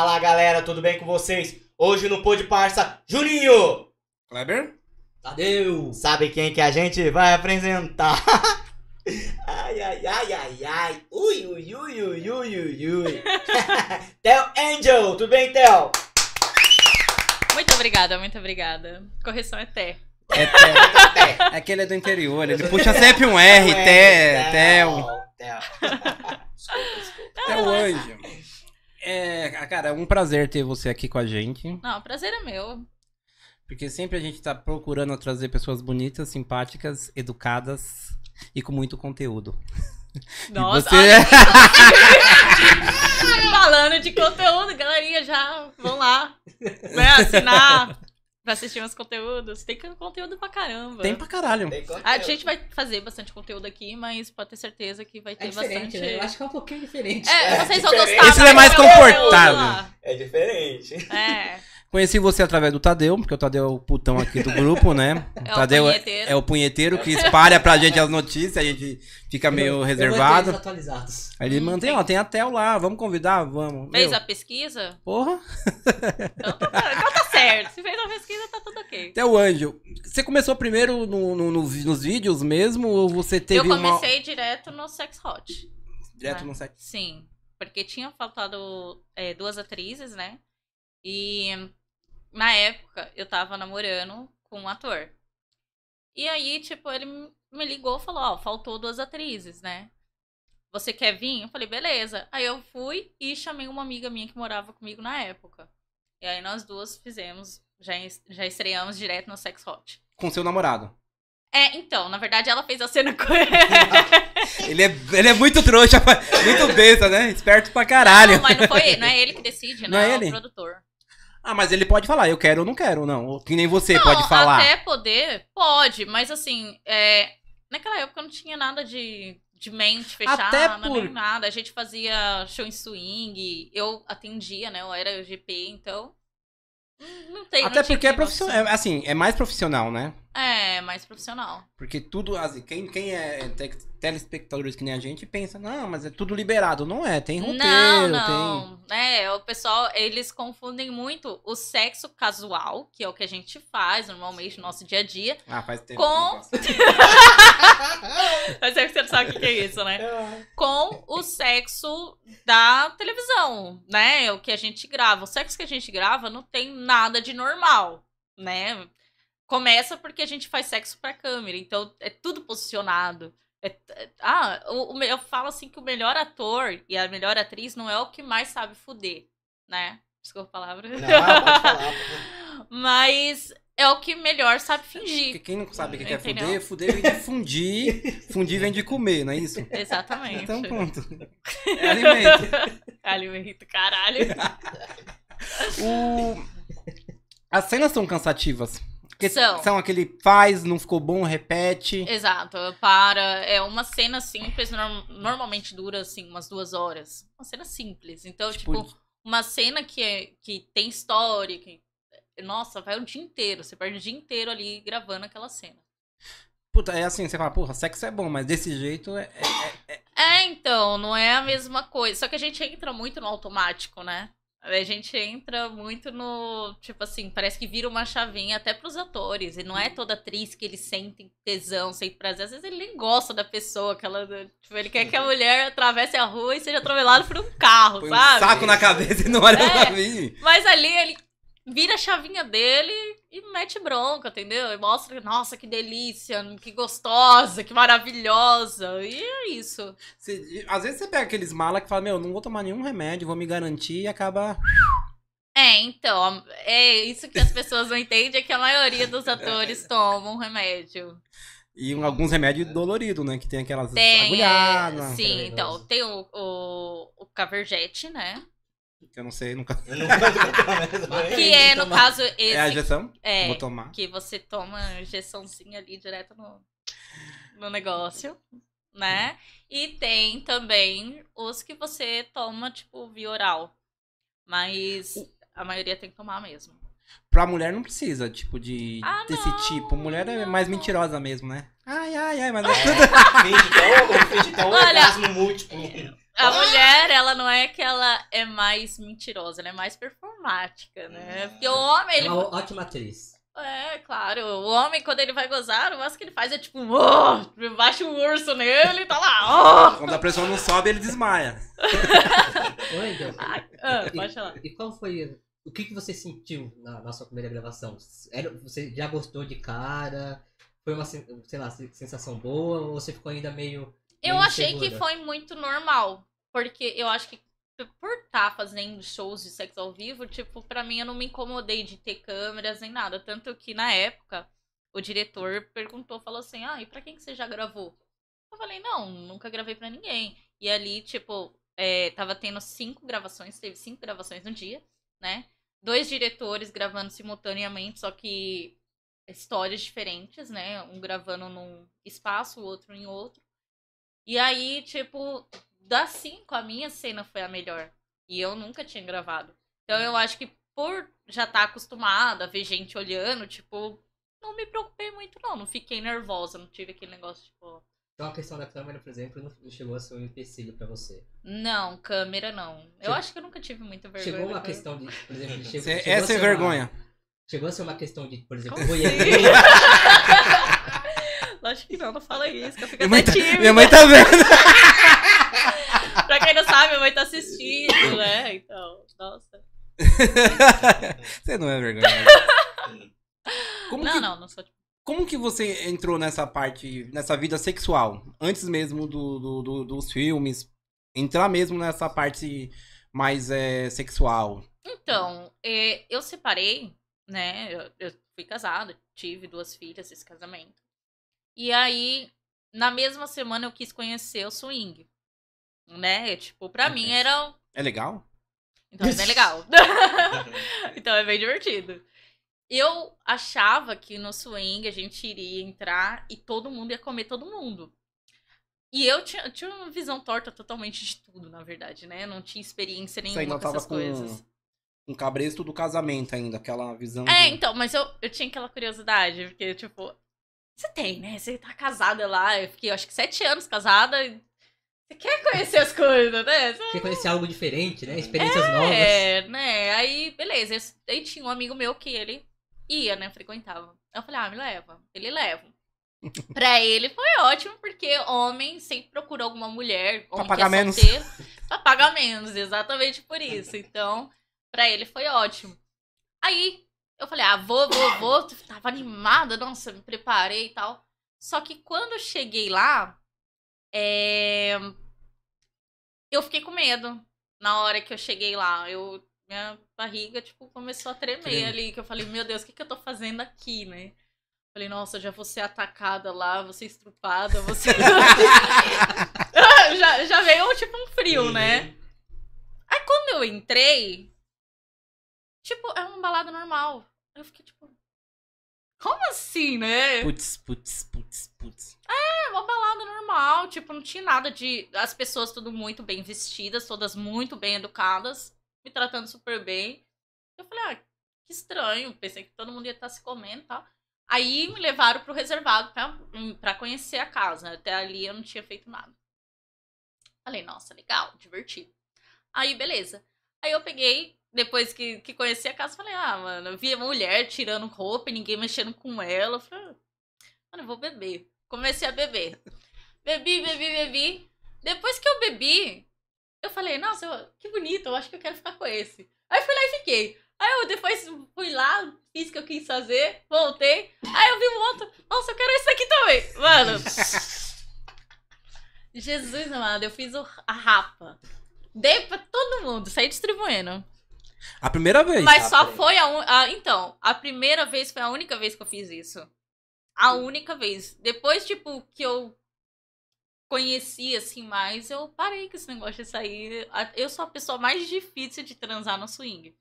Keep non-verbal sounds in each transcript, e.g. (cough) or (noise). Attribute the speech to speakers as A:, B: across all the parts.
A: rapaziada, tudo bem com vocês? Hoje no Pô de Parça, Juninho!
B: Kleber?
C: Tadeu!
A: Sabe quem que a gente vai apresentar? (laughs) ai, ai, ai, ai, ai. Ui, ui, ui, ui, ui, ui, ui. (laughs) Theo Angel, tudo bem, Theo?
D: Muito obrigada, muito obrigada. Correção é té.
B: É, Té. é que ele é do interior, ele puxa sempre um
D: (laughs)
B: R,
D: né?
B: Té, Theo.
A: Theo.
B: Theo Anjo. É, cara, é um prazer ter você aqui com a gente.
D: Não, o prazer é meu.
B: Porque sempre a gente tá procurando trazer pessoas bonitas, simpáticas, educadas e com muito conteúdo.
D: Nossa,
B: você- é
D: olha- falando de conteúdo, galerinha, já vão lá né, assinar pra assistir meus conteúdos. Tem conteúdo pra caramba.
B: Tem pra caralho.
D: A gente vai fazer bastante conteúdo aqui, mas pode ter certeza que vai ter
C: É diferente,
D: bastante.
C: né? Eu acho que é um pouquinho
B: (laughs)
C: diferente.
D: É,
A: É
D: vocês vão
A: diferente.
D: gostar.
B: Esse
D: vai
B: é mais
D: ter conteúdo
B: confortável.
D: lá.
A: É
D: (laughs)
A: diferente.
D: É,
B: Conheci você através do Tadeu, porque o Tadeu é o putão aqui do grupo, né?
D: (laughs) é
B: Tadeu
D: o
B: é-
D: punheteiro.
B: é o punheteiro que espalha pra gente as notícias, a gente fica meio reservado.
C: Eu mantenho eles atualizados.
B: Aí ele
D: Hum,
B: mantém,
D: tem.
B: ó, tem a Theo lá, vamos convidar? Vamos.
D: Fez
B: Meu,
D: a pesquisa?
B: Porra.
D: Então tá, então tá certo. Se fez a pesquisa, tá tudo ok.
B: Theo Anjo, você começou primeiro no- no- no vi- nos vídeos mesmo ou você
D: Eu
B: teve uma...
D: comecei direto no Sex Hot.
B: Direto no site.
D: Sim, porque tinha faltado é, duas atrizes, né? E na época eu tava namorando com um ator. E aí, tipo, ele m- me ligou e falou: Ó, faltou duas atrizes, né? Você quer vir? Eu falei: beleza. Aí eu fui e chamei uma amiga minha que morava comigo na época. E aí nós duas fizemos, já, es- já estreamos direto no Sex Hot.
B: Com seu namorado.
D: É, então, na verdade ela fez a cena com (laughs) ele.
B: Ele é, ele é muito trouxa, (laughs) muito besta, né? Esperto pra caralho.
D: Não, mas não foi, não é ele que decide,
B: Não
D: não,
B: é
D: é
B: ele?
D: o produtor.
B: Ah, mas ele pode falar, eu quero ou não quero, não. Ou Que nem você
D: Não,
B: pode falar.
D: Até poder, pode, mas assim, é, naquela época não tinha nada de, de mente fechada,
B: Até por-
D: nem nada. A gente fazia show em swing, eu atendia, né? Eu era GP, então. hum, Não tem. não
B: Até
D: tinha
B: porque é
D: esse negócio.
B: profissional. é, assim, é mais profissional, né?
D: É, mais profissional.
B: Porque tudo, assim, quem, quem é te- telespectadores que nem a gente pensa, não, mas é tudo liberado. Não é, tem roteiro, tem.
D: não, não. É, o pessoal, eles confundem muito o sexo casual, que é o que a gente faz normalmente no nosso dia a dia. (laughs)
B: Ah, faz tempo.
D: Com-
B: que eu faço.
D: Mas é que você não sabe o que que é isso, né? com o sexo da televisão, né? O que a gente grava. O sexo que a gente grava não tem nada de normal, né? Começa porque a gente faz sexo pra câmera, então é tudo posicionado. É t- é- ah, o- o me- eu falo assim que o melhor ator e a melhor atriz não é o que mais sabe fuder, né? Desculpa a palavra.
A: Não, pode falar.
D: (laughs) Mas é o que melhor sabe fingir.
B: Porque quem não sabe o que que é
D: Entendeu?
B: fuder, fuder vem de
D: (laughs)
B: fundir, fundir vem de comer, não é isso?
D: Exatamente.
B: (laughs) Então pronto. É alimento.
D: (laughs) Alimento, caralho.
B: O- As cenas são cansativas. Porque
D: São. É,
B: são aquele faz, não ficou bom, repete.
D: Exato, para. É uma cena simples, norm- normalmente dura assim umas duas horas. Uma cena simples. Então, tipo,
B: Tipo,
D: uma cena que, é, que tem história, que. Nossa, vai o dia inteiro. Você perde o dia inteiro ali gravando aquela cena.
B: puta, é assim, você fala, porra, sexo é bom, mas desse jeito é, é- é-
D: É, então, não é a mesma coisa. Só que a gente entra muito no automático, né? A gente entra muito no. Tipo assim, parece que vira uma chavinha até pros atores. E não é toda atriz que eles sentem tesão, sentem prazer. Às vezes ele nem gosta da pessoa. Aquela, tipo, ele quer
B: (laughs)
D: que a mulher atravesse a rua e seja atropelada por um carro,
B: põe um
D: sabe?
B: saco na cabeça e não olha
D: É.
B: pra mim.
D: Mas ali ele vira a chavinha dele e mete bronca, entendeu? E mostra, nossa, que delícia, que gostosa, que maravilhosa. E é isso.
B: Você- às vezes você pega aqueles mala que fala, meu, não vou tomar nenhum remédio, vou me garantir e acaba.
D: É, então, a- é isso que as pessoas não entendem, é que a maioria dos atores tomam remédio.
B: E um, alguns remédios doloridos, né? Que tem aquelas
D: Tem, é,
B: agulhadas.
D: sim,
C: Maravilhoso.
D: então, tem o, o, o Caverjete, né?
B: que Eu não sei, nunca.
A: Eu não vou botar mais.
D: (laughs) Que é, no
C: tomar.
D: caso,
B: É a
D: esse,
B: injeção?
D: é,
B: Vou tomar.
D: que você toma injeçãozinha ali direto no, no negócio, né? E tem também os que você toma, tipo, via oral, mas a maioria tem que tomar mesmo.
B: Pra mulher não precisa, tipo, de
D: Ah,
B: desse
D: não,
B: tipo. Mulher é
D: não.
B: mais mentirosa mesmo, né? Ai, ai, ai, mas
A: Finge que é o- finge que é um
D: Olha,
A: orgasmo múltiplo.
D: A mulher, ela não é que ela é mais mentirosa, ela é mais performática, né? Porque o homem, ele.
C: É Uma ó- ótima atriz.
D: É, claro. O homem, quando ele vai gozar, o máximo que ele faz é tipo. "Oh", baixa o urso nele e tá lá. "Oh".
B: (laughs) Quando a pressão não sobe, ele desmaia.
C: Oi, Deus.
D: Ai, ah, pode falar.
C: E qual foi. O que, que você sentiu na, na sua primeira gravação? Era- você já gostou de cara? Foi uma, sen- sei lá, se- sensação boa? Ou você ficou ainda meio.
D: Eu
C: meio
D: achei que
C: insegura?
D: foi muito normal. Porque eu acho que p- por estar fazendo shows de sexo ao vivo, tipo, pra mim eu não me incomodei de ter câmeras nem nada. Tanto que na época, o diretor perguntou, falou assim: Ah, e pra quem que você já gravou? Eu falei, não, nunca gravei pra ninguém. E ali, tipo, é, tava tendo cinco gravações, teve cinco gravações no dia, né? Dois diretores gravando simultaneamente, só que histórias diferentes, né? Um gravando num espaço, o outro em outro. E aí, tipo, das cinco, a minha cena foi a melhor. E eu nunca tinha gravado. Então eu acho que por já estar acostumada a ver gente olhando, tipo, não me preocupei muito, não. Não fiquei nervosa, não tive aquele negócio, tipo.
C: Então a questão da câmera, por exemplo, não- não chegou a ser um empecilho pra você.
D: Não, câmera não. Eu
C: Che-
D: acho que eu nunca tive muita vergonha. né?
C: Chegou uma
D: da câmera.
C: questão de. Por
B: (laughs)
C: exemplo, che-
B: Cê-
C: chegou, a
B: Essa é
C: ser uma-
B: vergonha.
C: chegou a ser uma questão de, por exemplo,
D: Como
C: voyeurismo.
D: (laughs) Lógico que não, não fala isso, que eu fico
B: Minha mãe,
D: até
B: tá,
D: tímida.
B: minha mãe tá vendo. (laughs)
D: Pra quem não sabe, minha mãe tá assistindo, né? Então, nossa.
B: Você não é
D: (laughs)
B: vergonha. Como,
D: não,
B: que,
D: não, não sou tipo.
B: como que você entrou nessa parte, nessa vida sexual? Antes mesmo do, do- do- dos filmes, entrar mesmo nessa parte mais é, sexual.
D: Então, é, eu separei, né? Eu, eu fui casada, tive duas filhas esse casamento. E aí, na mesma semana, eu quis conhecer o swing. Né? Tipo, pra
B: Ok.
D: mim era.
B: É legal?
D: Então é
B: (laughs)
D: bem
B: Uhum.
D: legal. (laughs) Então é bem divertido. Eu achava que no swing a gente iria entrar e todo mundo ia comer todo mundo. E eu tinha, eu tinha uma visão torta totalmente de tudo, na verdade, né? Eu não tinha experiência
B: Isso aí
D: nenhuma
B: não
D: com
B: tava
D: essas
B: com
D: coisas.
B: um cabresto do casamento ainda, aquela visão.
D: É,
B: de...
D: então, mas eu, eu tinha aquela curiosidade, porque, tipo, você tem, né? Você tá casada lá, eu fiquei, eu acho que sete anos casada. e Você quer conhecer as coisas, né? Você
C: Quer conhecer algo diferente, né? Experiências novas.
D: É, né? Aí, beleza. esse- Aí tinha um amigo meu que ele ia, né? Frequentava. Eu falei, ah, me leva.
B: (laughs)
D: Ele leva. pra ele foi ótimo, porque homem sempre procura alguma mulher. Homem
B: pagar
D: que é
B: menos.
D: solteiro, pra pagar menos, exatamente por isso. Então, pra ele foi ótimo. Aí, eu falei, ah, vou, vou, vou. Tava animada, nossa, me preparei e tal. Só que quando eu cheguei lá, é, eu fiquei com medo na hora que eu cheguei lá. Eu, minha barriga, tipo, começou a tremer
B: Treme.
D: ali. Que eu falei, meu Deus, o que, que eu tô fazendo aqui, né? Falei, nossa, eu já vou ser atacada lá, vou ser estrupada, vou ser... (laughs) já, já veio, tipo, um frio,
A: Uhum.
D: né?
A: (laughs)
D: Aí quando eu entrei, tipo, é uma balada normal. Eu fiquei, tipo, como assim, né?
B: Putz, putz, putz, putz.
D: É uma balada normal, tipo, não tinha nada de. As pessoas tudo muito bem vestidas, todas muito bem educadas, me tratando super bem. Eu falei, ah, que estranho, pensei que todo mundo ia estar se comendo e tal. Aí me levaram pro reservado pra, hum, pra conhecer a casa. Até ali eu não tinha feito nada. Falei, nossa, legal, divertido. Aí, beleza. Aí eu peguei, depois que, que conheci a casa, falei, ah, mano, eu vi a mulher tirando roupa e ninguém mexendo com ela. Eu falei, ah, mano, eu vou beber. Comecei a beber. Bebi, bebi, bebi. Depois que eu bebi, eu falei, nossa, eu- que bonito, eu acho que eu quero ficar com esse. Aí fui lá e fiquei. Aí eu depois fui lá, fiz o que eu quis fazer, voltei. Aí eu vi um outro, nossa, eu quero esse aqui também. Mano. Jesus amado, eu fiz o- a rapa. Dei pra todo mundo, saí distribuindo.
B: A primeira vez.
D: Mas só
A: peraí.
D: foi a, un- a- Então, a primeira vez foi a única vez que eu fiz isso. A única vez. Depois, tipo, que eu conheci, assim, mais, eu parei com esse negócio de sair. A- Eu sou a pessoa mais difícil de transar no swing.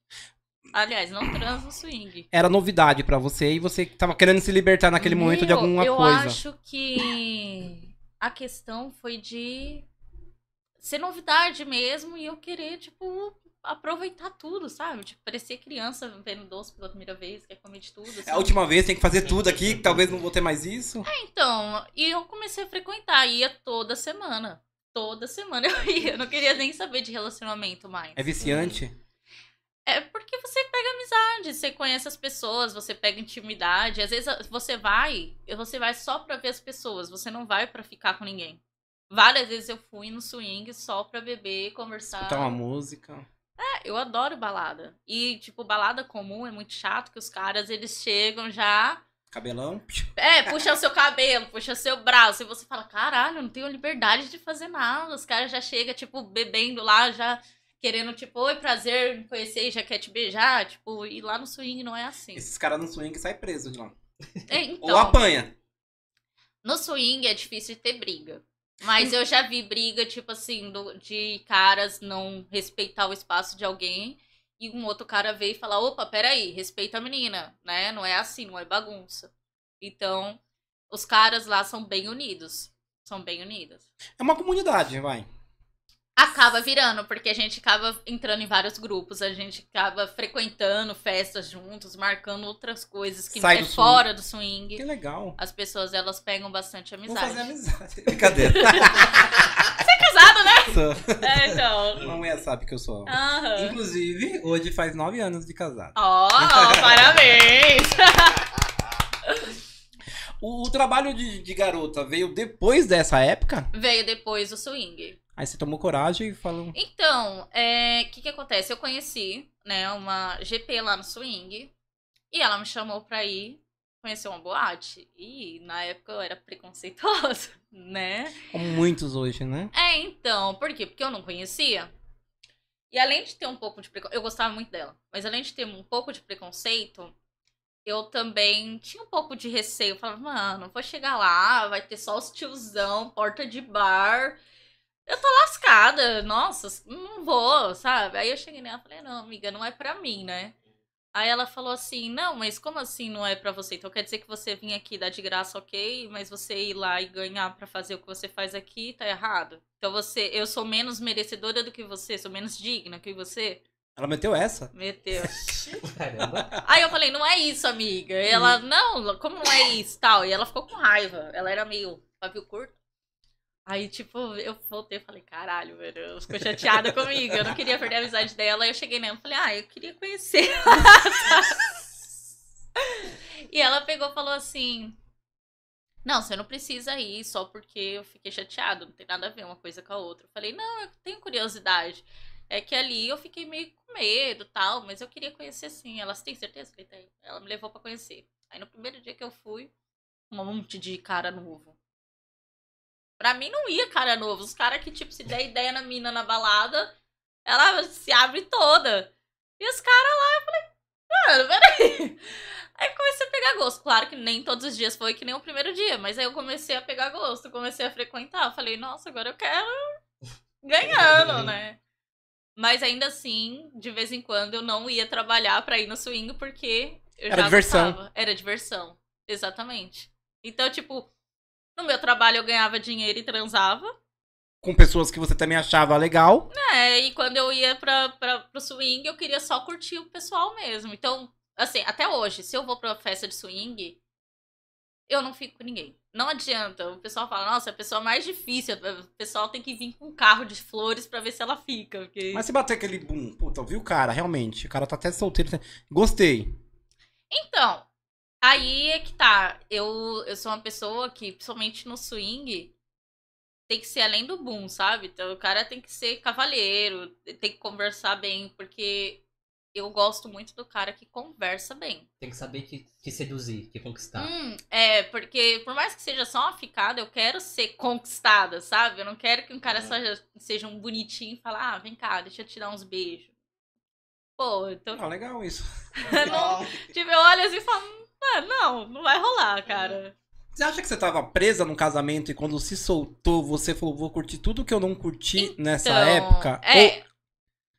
D: Aliás, não transo no swing.
B: Era novidade pra você e você tava querendo se libertar naquele momento de
D: Meu,
B: alguma
D: eu
B: coisa.
D: acho que a questão foi de ser novidade mesmo e eu querer, tipo, aproveitar tudo, sabe? Tipo, parecer criança vendo doce pela primeira vez, quer comer de tudo. assim.
B: É
D: sabe?
B: a última vez, tem que fazer tudo aqui, que talvez não vou ter mais isso.
D: Então, e eu comecei a frequentar, ia toda semana. Toda semana (laughs) eu ia. Eu não queria nem saber de relacionamento mais.
B: É viciante?
D: É porque você pega amizade, você conhece as pessoas, você pega intimidade. Às vezes ah, você vai, você vai só pra ver as pessoas, você não vai pra ficar com ninguém. Várias vezes eu fui no swing só pra beber, conversar.
B: Escutar uma música.
D: É, eu adoro balada. E, tipo, balada comum é muito chato que os caras, eles chegam já.
B: Cabelão.
D: É, puxa o seu cabelo, puxa o seu braço. E você fala, caralho, não tenho liberdade de fazer nada. Os caras já chegam, tipo, bebendo lá, já querendo, tipo, oi, prazer me conhecer e já quer te beijar. Tipo, e lá no swing não é assim.
B: Esses caras no swing saem presos de lá.
D: É, então,
B: Ou apanha.
D: No swing é difícil de ter briga. Mas eu já vi briga, tipo assim, do- de caras não respeitar o espaço de alguém e um outro cara veio e falar: opa, peraí, respeita a menina, né? Não é assim, não é bagunça. Então, os caras lá são bem unidos. São bem unidos.
B: É uma comunidade, vai.
D: Acaba virando, porque a gente acaba entrando em vários grupos, a gente acaba frequentando festas juntos, marcando outras coisas que
B: Sai
D: é
B: do swing.
D: fora do
B: Que
D: swing.
B: legal.
D: As pessoas, elas pegam bastante
B: Vou
D: amizade.
B: fazer amizade. (laughs) Brincadeira.
D: Você é casado, né?
B: Sou.
D: É, então.
B: Uma mulher sabe que eu sou.
D: Ah. Aham.
B: Inclusive, hoje faz nove anos de casado.
D: (laughs) Ó, parabéns!
B: O, o trabalho de, de garota veio depois dessa época?
D: Veio depois o swing.
B: Aí você tomou coragem e falou.
D: Então, é, o que que acontece? Eu conheci, né, uma GP lá no swing. E ela me chamou pra ir conhecer uma boate. E na época eu era preconceituosa, (laughs) né?
B: Como muitos hoje, né?
D: É, então, por quê? Porque eu não conhecia. E além de ter um pouco de preconceito, eu gostava muito dela, mas além de ter um pouco de preconceito, eu também tinha um pouco de receio. Eu falava, mano, vou chegar lá, vai ter só os tiozão, porta de bar. Eu tô lascada, nossa, não vou, sabe? Aí eu cheguei nela e falei, não, amiga, não é pra mim, né? Aí ela falou assim, não, mas como assim não é pra você? Então quer dizer que você vir aqui dar de graça, ok? Mas você ir lá e ganhar pra fazer o que você faz aqui, tá errado. Então você, eu sou menos merecedora do que você, sou menos digna que você.
B: Ela meteu essa?
D: Meu Deus.
C: Caramba.
D: Aí eu falei, não é isso, amiga. E ela, não, como não é isso, tal. E ela ficou com raiva. Ela era meio pavio curto. Aí, tipo, eu voltei e falei, caralho, velho, ela ficou chateada comigo. Eu não queria perder a amizade dela. Aí eu cheguei nela e falei, ah, eu queria conhecer. E ela pegou e falou assim: Não, você não precisa ir só porque eu fiquei chateado, não tem nada a ver uma coisa com a outra. Eu falei: Não, eu tenho curiosidade. É que ali eu fiquei meio com medo tal, mas eu queria conhecer sim. Elas têm certeza que tem? Ela me levou pra conhecer. Aí no primeiro dia que eu fui, um monte de cara novo. Pra mim não ia cara novo. Os caras que, tipo, se der ideia na mina na balada, ela se abre toda. E os caras lá, eu falei, mano, peraí. (laughs) Aí eu comecei a pegar gosto. Claro que nem todos os dias foi que nem o primeiro dia, mas aí eu comecei a pegar gosto, comecei a frequentar. Eu Falei, nossa, agora eu quero ganhando, né? Mas ainda assim, de vez em quando eu não ia trabalhar pra ir no swing porque eu
B: Era
D: já
B: diversão.
D: gostava. Era diversão. Exatamente. Então, tipo, no meu trabalho eu ganhava dinheiro e transava.
B: Com pessoas que você também achava legal.
D: É, e quando eu ia pra, pra, pro swing, eu queria só curtir o pessoal mesmo. Então, assim, até hoje, se eu vou pra festa de swing, eu não fico com ninguém. Não adianta. O pessoal fala, nossa, é a pessoa mais difícil. O pessoal tem que vir com um carro de flores pra ver se ela fica. Porque...
B: Mas se bater aquele boom, puta, viu o cara, realmente. O cara tá até solteiro. tá- Gostei.
D: Então, aí é que tá. Eu, eu sou uma pessoa que, principalmente no swing, tem que ser além do boom, sabe? Então o cara tem que ser cavalheiro, tem que conversar bem, porque eu gosto muito do cara que conversa bem.
C: Tem que saber que, que seduzir, que conquistar.
D: Hum, é, porque por mais que seja só uma ficada, eu quero ser conquistada, sabe? Eu não quero que um cara só seja um bonitinho e fale, ah, vem cá, deixa eu te dar uns beijos. Pô, eu tô
B: Ah, legal isso.
D: não, tipo, eu olho assim e falo, "Hum, ah, não, não vai rolar, cara.
B: Você acha que você tava presa num casamento e quando se soltou, você falou, vou curtir tudo que eu não curti nessa
D: Então,
B: época? Ou-
D: É. é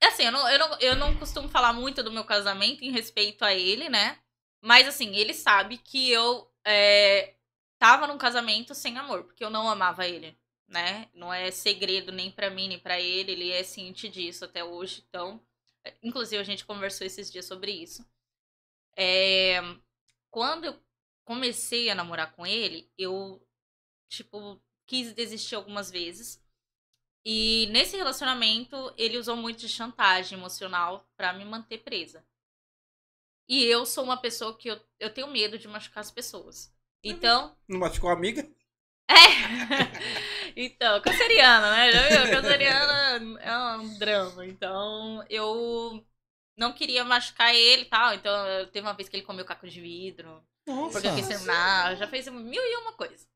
D: Assim, eu não, eu, não, eu não costumo falar muito do meu casamento em respeito a ele, né? Mas assim, ele sabe que eu é, tava num casamento sem amor, porque eu não amava ele, né? Não é segredo nem pra mim, nem pra ele, ele é ciente disso até hoje, então. é, Inclusive, a gente conversou esses dias sobre isso. É, quando eu comecei a namorar com ele, eu, tipo, quis desistir algumas vezes. E nesse relacionamento, ele usou muito de chantagem emocional pra me manter presa. E eu sou uma pessoa que eu, eu tenho medo de machucar as pessoas. Então,
B: Não machucou a amiga?
D: é. (laughs) então, canceriana, né? Já viu? Canceriana é um drama. Então, eu não queria machucar ele e tal. Então, eu- teve uma vez que ele comeu caco de vidro. Porque eu quis terminar, já fez mil e uma coisa.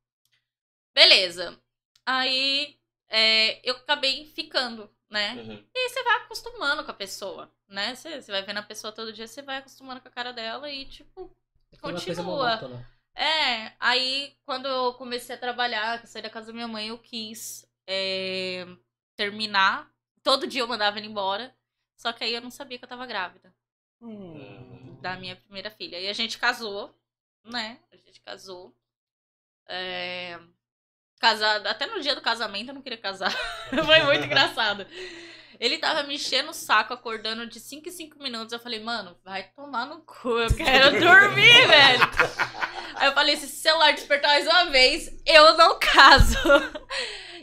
D: Beleza. Aí é, eu acabei ficando, né?
A: Uhum.
D: E aí você vai acostumando com a pessoa, né? Você, você vai vendo a pessoa todo dia, você vai acostumando com a cara dela e, tipo,
C: Foi uma coisa
D: Continua.
C: monótona.
D: é. Aí quando eu comecei a trabalhar, que eu saí da casa da minha mãe, eu quis é, terminar. Todo dia eu mandava ele embora. Só que aí eu não sabia que eu tava grávida
A: Uhum.
D: da minha primeira filha. E a gente casou, né? A gente casou. É... Casado, até no dia do casamento eu não queria casar. (laughs) Foi muito engraçado. Ele tava me enchendo o saco, acordando de 5 em 5 minutos. Eu falei, mano, vai tomar no cu, eu quero dormir, velho. Aí eu falei, se esse celular despertar mais uma vez, eu não caso. (laughs)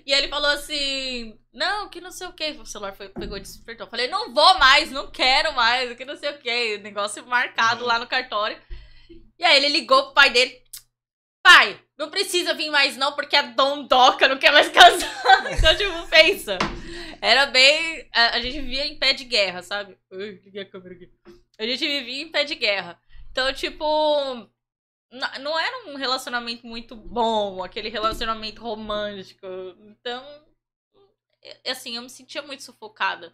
D: E ele falou assim, não, que não sei o que. O celular foi, pegou e despertou. Eu falei, não vou mais, não quero mais, que não sei o que. Negócio marcado lá no cartório. E aí ele ligou pro pai dele. Pai, não precisa vir mais não, porque a Dondoca não quer mais casar. (laughs) Então, tipo, pensa. Era bem... A, a gente vivia em pé de guerra, sabe? Ui, liguei a câmera aqui. A gente vivia em pé de guerra. Então, tipo... N- não era um relacionamento muito bom, aquele relacionamento romântico. Então, é- assim, eu me sentia muito sufocada.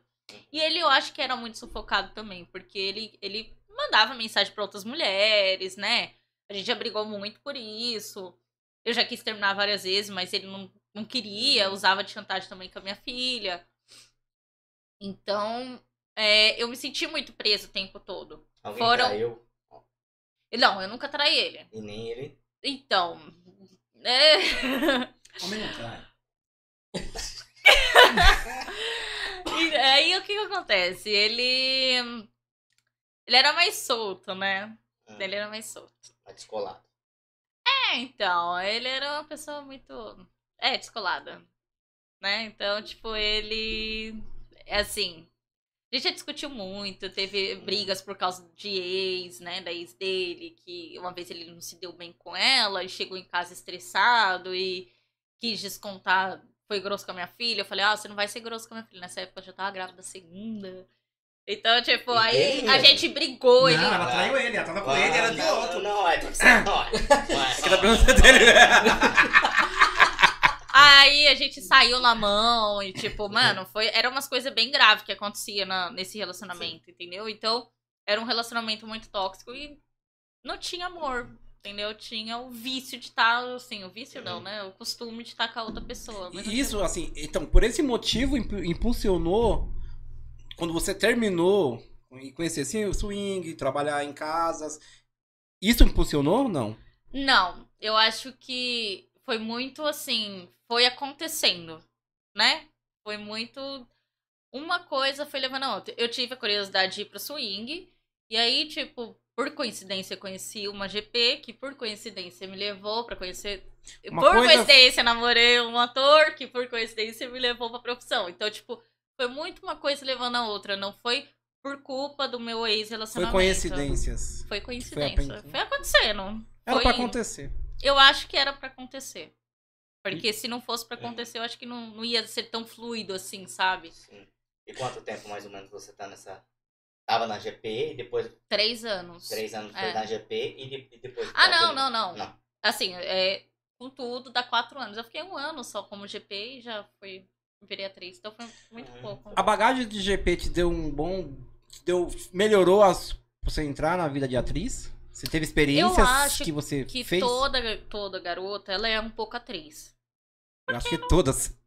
D: E ele, eu acho que era muito sufocado também, porque ele, ele mandava mensagem pra outras mulheres, né? A gente já brigou muito por isso. Eu já quis terminar várias vezes, mas ele não, não queria, usava de chantagem também com a minha filha. Então, é, eu me senti muito presa o tempo todo.
A: Alguém
D: Foram-
A: traiu
D: E Não, eu nunca traí ele.
A: e nem ele.
D: Então. É...
B: Homem não trai.
D: E aí o que, que acontece? Ele. Ele era mais solto, né?
A: Ah,
D: Ele era mais solto.
A: Tá descolado.
D: É, então, ele era uma pessoa muito. É, descolada. Né? Então, tipo, ele. É assim. A gente já discutiu muito, teve brigas por causa de ex, né? Da ex dele, que uma vez ele não se deu bem com ela e chegou em casa estressado e quis descontar, foi grosso com a minha filha. Eu falei, ah, você não vai ser grosso com a minha filha. Nessa época eu já tava grávida da segunda. Então, tipo, aí
A: Ele
D: a
A: mesmo?
D: gente brigou, ele.
B: Não, ela traiu ele, ela tava Tá com ele, era de
A: não, (laughs)
B: outro.
A: Não, é pra você. Não,
B: (laughs)
A: é.
B: Aquela pergunta dele.
D: Aí a gente saiu na mão e, tipo, mano, foi. Era umas coisas bem graves que acontecia na- nesse relacionamento, entendeu? Então, era um relacionamento muito tóxico e não tinha amor. Entendeu? Tinha o vício de estar, assim, o vício não, né? O costume de estar com a outra pessoa. mas não
B: E isso, assim, então, por esse motivo impu- impulsionou quando você terminou e conhecer assim, o swing, trabalhar em casas. Isso impulsionou ou não?
D: Não, eu acho que foi muito assim, foi acontecendo, né? Foi muito. Uma coisa foi levando a outra. Eu tive a curiosidade de ir pro swing, e aí, tipo, por coincidência, eu conheci uma GP que, por coincidência, me levou pra conhecer.
B: Uma
D: por
B: coisa-
D: coincidência, namorei um ator que, por coincidência, me levou pra profissão. Então, tipo, foi muito uma coisa levando a outra. Não foi por culpa do meu
B: Foi
D: ex-relacionamento.
B: coincidências.
D: Foi coincidência.
B: apen-
D: Foi acontecendo.
B: Era
D: Foi
B: pra
D: indo.
B: acontecer.
D: Eu acho que era pra acontecer. Porque se não fosse pra
A: é.
D: acontecer, eu acho que não, não ia ser tão fluido assim, sabe?
A: Sim. E quanto tempo mais ou menos você tá nessa. Tava na GP e depois
D: Três anos.
A: três anos foi
D: É.
A: na GP e, de- e depois.
D: Ah, não, não, não.
A: Não.
D: Assim, é, com tudo, dá quatro anos. Eu fiquei um ano só como GP e já fui virei atriz. Então foi muito
A: Uhum.
D: pouco.
B: A bagagem de GP te deu um bom. Te deu, melhorou as, você entrar na vida de atriz? Você teve experiências
D: Eu acho
B: que você
D: Que
B: fez?
D: toda, toda garota, ela é um pouco atriz.
B: Eu acho que todas.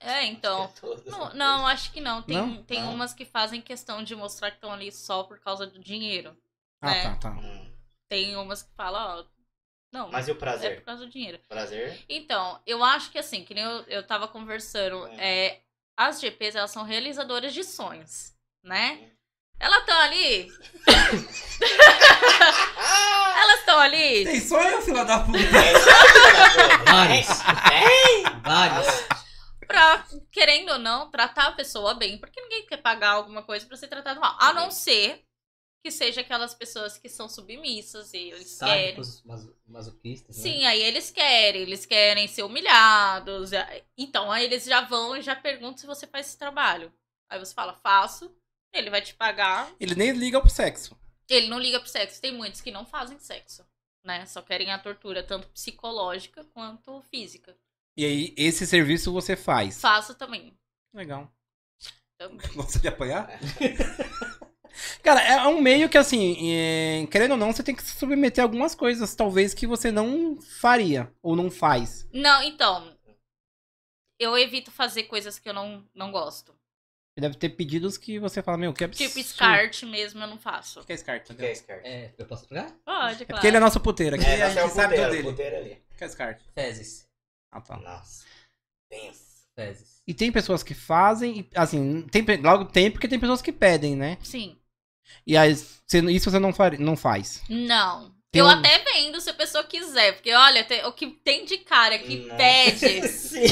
D: É,
A: (laughs)
D: então.
A: Todas
D: Não,
A: as
D: não, acho que não. Tem,
B: Não?
D: tem
A: Não.
D: umas que fazem questão de mostrar que estão ali só por causa do dinheiro.
B: Ah,
D: É.
B: tá, tá.
A: coisas. Hum.
D: Tem umas que falam, ó. Não,
A: Mas e o
D: é
A: prazer?
D: por causa do dinheiro.
A: Prazer?
D: Então, eu acho que assim, que nem eu, eu tava conversando, é, as GPs, elas são realizadoras de sonhos, né? Elas estão ali,
A: Ah!
D: elas estão ali,
B: Tem sonho, filha da puta?
A: É isso aí, filha da puta.
B: (laughs)
C: Vários.
A: É?
C: (laughs) Vários.
D: pra, querendo querendo ou não, tratar a pessoa bem, porque ninguém quer pagar alguma coisa pra ser tratado mal. A não ser que seja aquelas pessoas que são submissas e eles querem.
C: os masoquistas, né?
D: Sim, aí eles querem, eles querem ser humilhados. e aí- Então, aí eles já vão e já perguntam se você faz esse trabalho. Aí você fala, faço, ele vai te pagar.
B: Ele nem liga pro sexo.
D: Ele não liga pro sexo. Tem muitos que não fazem sexo, né? Só querem a tortura, tanto psicológica quanto física.
B: E aí, esse serviço você faz.
D: Faço também.
B: Legal.
D: Então-
B: (laughs) Gosta de apanhar? Cara, é um meio que assim, é, querendo ou não, você tem que se submeter a algumas coisas, talvez, que você não faria ou não faz.
D: Não, então. Eu evito fazer coisas que eu não, não gosto.
B: Deve ter pedidos que você fala, meu, que absurdo.
D: Tipo, escarte mesmo eu não faço.
B: O que é escarte?
A: Que é esse cara?
C: É, eu posso jogar?
D: Pode,
B: É
D: claro.
B: porque ele é nosso puteiro aqui,
A: É,
B: a
A: você é o
B: gente sabe tudo
A: puteiro, o
B: dele.
A: puteiro ali.
B: O que é escarte?
C: Fezes.
B: Ah, tá.
A: Nossa. Pensa.
C: Fezes.
B: E tem pessoas que fazem, e, assim, tem, pe- logo tem porque tem pessoas que pedem, né?
D: Sim.
B: E aí, você- isso você não, fari- não faz.
D: Não.
B: Tem
D: eu
B: um-
D: até vendo se a pessoa quiser. Porque, olha, tem- o que tem de cara que
A: Nossa. (laughs)
D: pede.
A: Sim.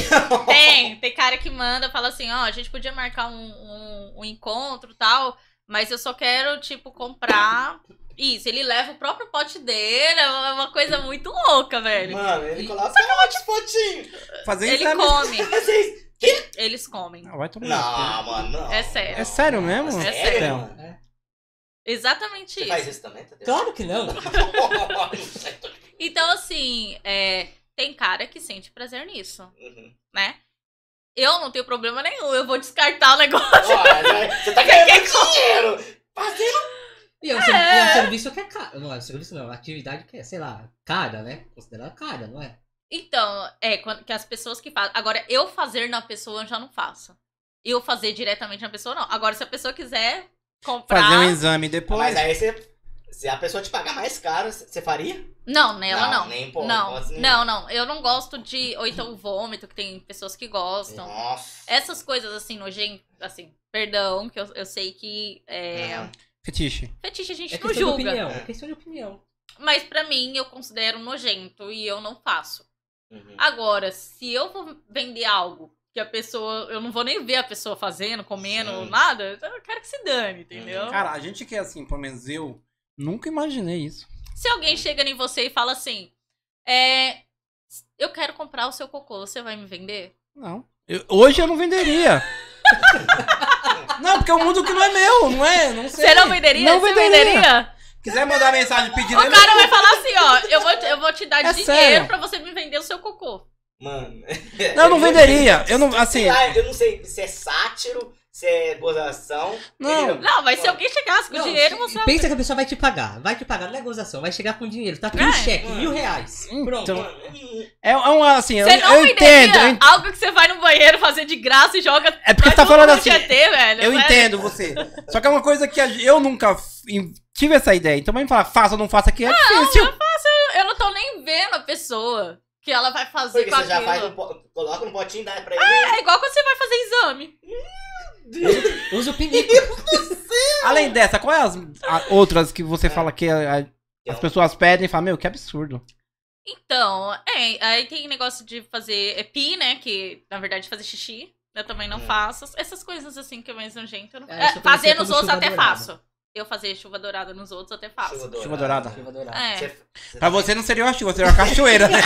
D: Tem, tem cara que manda, fala assim, ó, a gente podia marcar um, um, um encontro e tal, mas eu só quero, tipo, comprar isso. Ele leva o próprio pote dele, é uma uma coisa muito louca, velho.
A: Mano, ele coloca um potinho.
B: Fazer
D: Ele
B: isso é...
D: come,
A: Vocês...
D: eles comem.
B: Ah, vai tomar.
A: Não, mano, não.
D: É sério.
B: É sério mesmo?
A: É
D: É
A: sério,
D: sério.
A: mano.
C: É.
D: Exatamente
A: Você
D: isso.
A: faz isso também, Tadeu?
C: Claro que não.
D: Então, assim, é, tem cara que sente prazer nisso,
A: Uhum.
D: né? Eu não tenho problema nenhum, eu vou descartar o negócio.
A: Olha, Você
D: (laughs)
A: tá
D: é?
A: ganhando dinheiro! Fazendo...
C: E é um, ser- e é um serviço que é caro. Não é um serviço, não. É uma atividade que é, sei lá, cara, né? Considerada cara, não é?
D: Então, é, quando- que as pessoas que fazem. Agora, eu fazer na pessoa eu já não faço. Eu fazer diretamente na pessoa, não. Agora, se a pessoa quiser comprar.
B: Fazer um exame depois.
A: Mas aí você... Se a pessoa te pagar mais caro, c- você faria?
D: Não, nela não.
A: Nem por
D: Não,
A: hipótese nenhuma.
D: não, não. Eu não gosto de. Ou então vômito, que tem pessoas que gostam.
A: É. Nossa.
D: Essas coisas assim, nojentas, assim, perdão, que eu, eu sei que é,
A: Não.
B: Fetiche.
D: fetiche a gente
C: É
D: não
C: questão de
D: julga.
C: opinião. É questão de opinião.
D: Mas pra mim, eu considero nojento e eu não faço.
A: Uhum.
D: Agora, se eu vou vender algo que a pessoa. Eu não vou nem ver a pessoa fazendo, comendo,
A: Sim.
D: nada, então eu quero que se dane, entendeu?
A: Hum.
B: Cara, a gente que é assim, pelo menos eu, nunca imaginei isso.
D: Se alguém chega em você e fala assim: é, Eu quero comprar o seu cocô, você vai me vender?
B: Não. Eu- hoje eu não venderia. (laughs) não, porque é um mundo que não é meu, não é? Não sei.
D: Você não venderia?
B: Não
D: você
B: venderia.
D: venderia?
B: Quiser mandar mensagem pedindo...
D: O cara vai falar assim: Ó, eu vou, te- eu vou te dar
B: É
D: dinheiro
B: sério.
D: pra você me vender o seu cocô.
A: Mano.
B: Não, eu não venderia. Eu não, assim...
A: Sei lá, eu não sei se é sátiro, se é gozação.
B: Não.
A: entendeu?
D: Não, mas se alguém chegasse com
C: Não,
D: dinheiro,
C: se-
D: você.
C: Pensa que a pessoa vai te pagar. Vai te pagar, não é gozação. Vai chegar com dinheiro. Tá aqui um
D: É.
C: cheque, mil reais. Pronto.
B: Então-
A: Mano, hum,
B: É, é um, assim, eu,
D: Você não
B: eu
D: venderia
B: entendo. eu ent-
D: algo que você vai no banheiro fazer de graça e joga.
B: É porque
D: vai
B: você tá
D: tudo
B: falando
D: no
B: assim...
D: GT, velho,
B: Eu
D: né?
B: entendo você. Só que é uma coisa que a- eu nunca f- tive essa ideia. Então, vai me falar, faça ou não faça aqui é difícil.
D: Eu não tô nem vendo a pessoa que ela vai fazer
A: Porque
D: com
A: você já
D: aquilo.
A: faz um po- coloca no potinho e dá pra
D: É igual quando você vai fazer exame.
C: Usa o pinico.
B: Além dessa, quais as a- outras que você fala que a- a- as
A: ele.
B: pessoas pedem e falam, meu, que absurdo.
D: Então, é, aí tem negócio de fazer é, pi, né? Que, na verdade, fazer xixi. Eu também não
A: Hum.
D: faço. Essas coisas assim que eu mais nojento. Eu não...
C: É, isso
D: é, fazer
C: eu conhecia
D: nos
C: como
D: outros
C: chuva
D: até
C: dourada.
D: faço. Eu fazer chuva dourada nos outros até faço.
A: Chuva
B: Chuva dourada.
C: Eu vou adorar.
D: É.
A: Você- você-
B: Pra você não seria uma chuva, seria uma (laughs) cachoeira, né?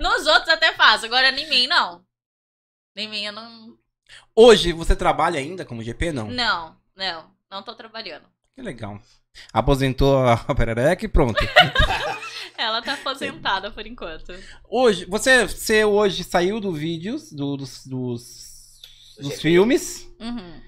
D: Nos outros até faço. Agora, em mim, não. Em mim, eu não.
B: Hoje, você trabalha ainda como GP? Não.
D: Não, não. Não tô trabalhando.
B: Que legal. Aposentou a (laughs) perereca e pronto.
A: (laughs)
D: Ela tá aposentada por enquanto.
B: Hoje, você, você hoje saiu do vídeos, do- dos, dos,
A: Do
B: dos
A: GP.
B: filmes,
D: Uhum.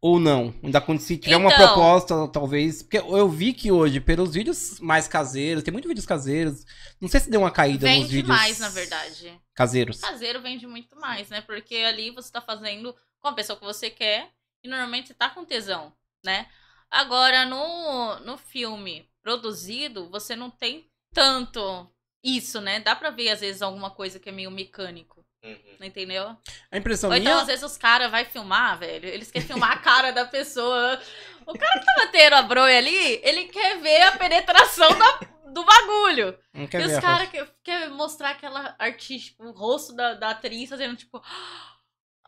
B: ou não? Ainda quando se tiver uma
D: Então.
B: proposta, talvez. Porque eu vi que hoje, pelos vídeos mais caseiros, tem muitos vídeos caseiros. Não sei se deu uma caída nos
D: Vende
B: vídeos.
D: mais, na verdade. Ah.
B: Caseiros.
D: Caseiro vende muito mais, né? Porque ali você tá fazendo com a pessoa que você quer e normalmente você tá com tesão, né? Agora, no, no filme produzido, você não tem tanto isso, né? Dá pra ver, às vezes, alguma coisa que é meio mecânico,
A: Uhum.
D: entendeu?
B: A impressão
D: Ou
B: minha.
D: então, às vezes, os caras vão filmar, velho. Eles querem filmar a cara da pessoa. O cara que tá batendo a bronha ali, ele quer ver a penetração da- do bagulho.
B: Não quer
D: e
B: ver
D: os
B: a
D: caras querem mostrar aquela artística, o rosto da, da atriz fazendo tipo. (gasps)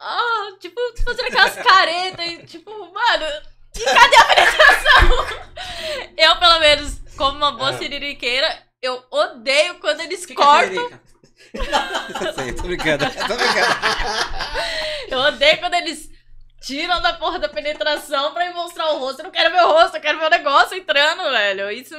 D: Ah, tipo, fazendo aquelas caretas e tipo, mano, e cadê a penetração? (laughs) Eu, pelo menos, como uma boa
B: É.
D: siririqueira, eu odeio quando eles
C: Fica
D: cortam.
C: xereca.
D: (laughs)
B: foto. Sei, tô brincando, tô brincando.
D: Eu odeio quando eles tiram da porra da penetração pra me mostrar o rosto. Eu não quero ver o rosto, eu quero ver o negócio entrando, velho. Isso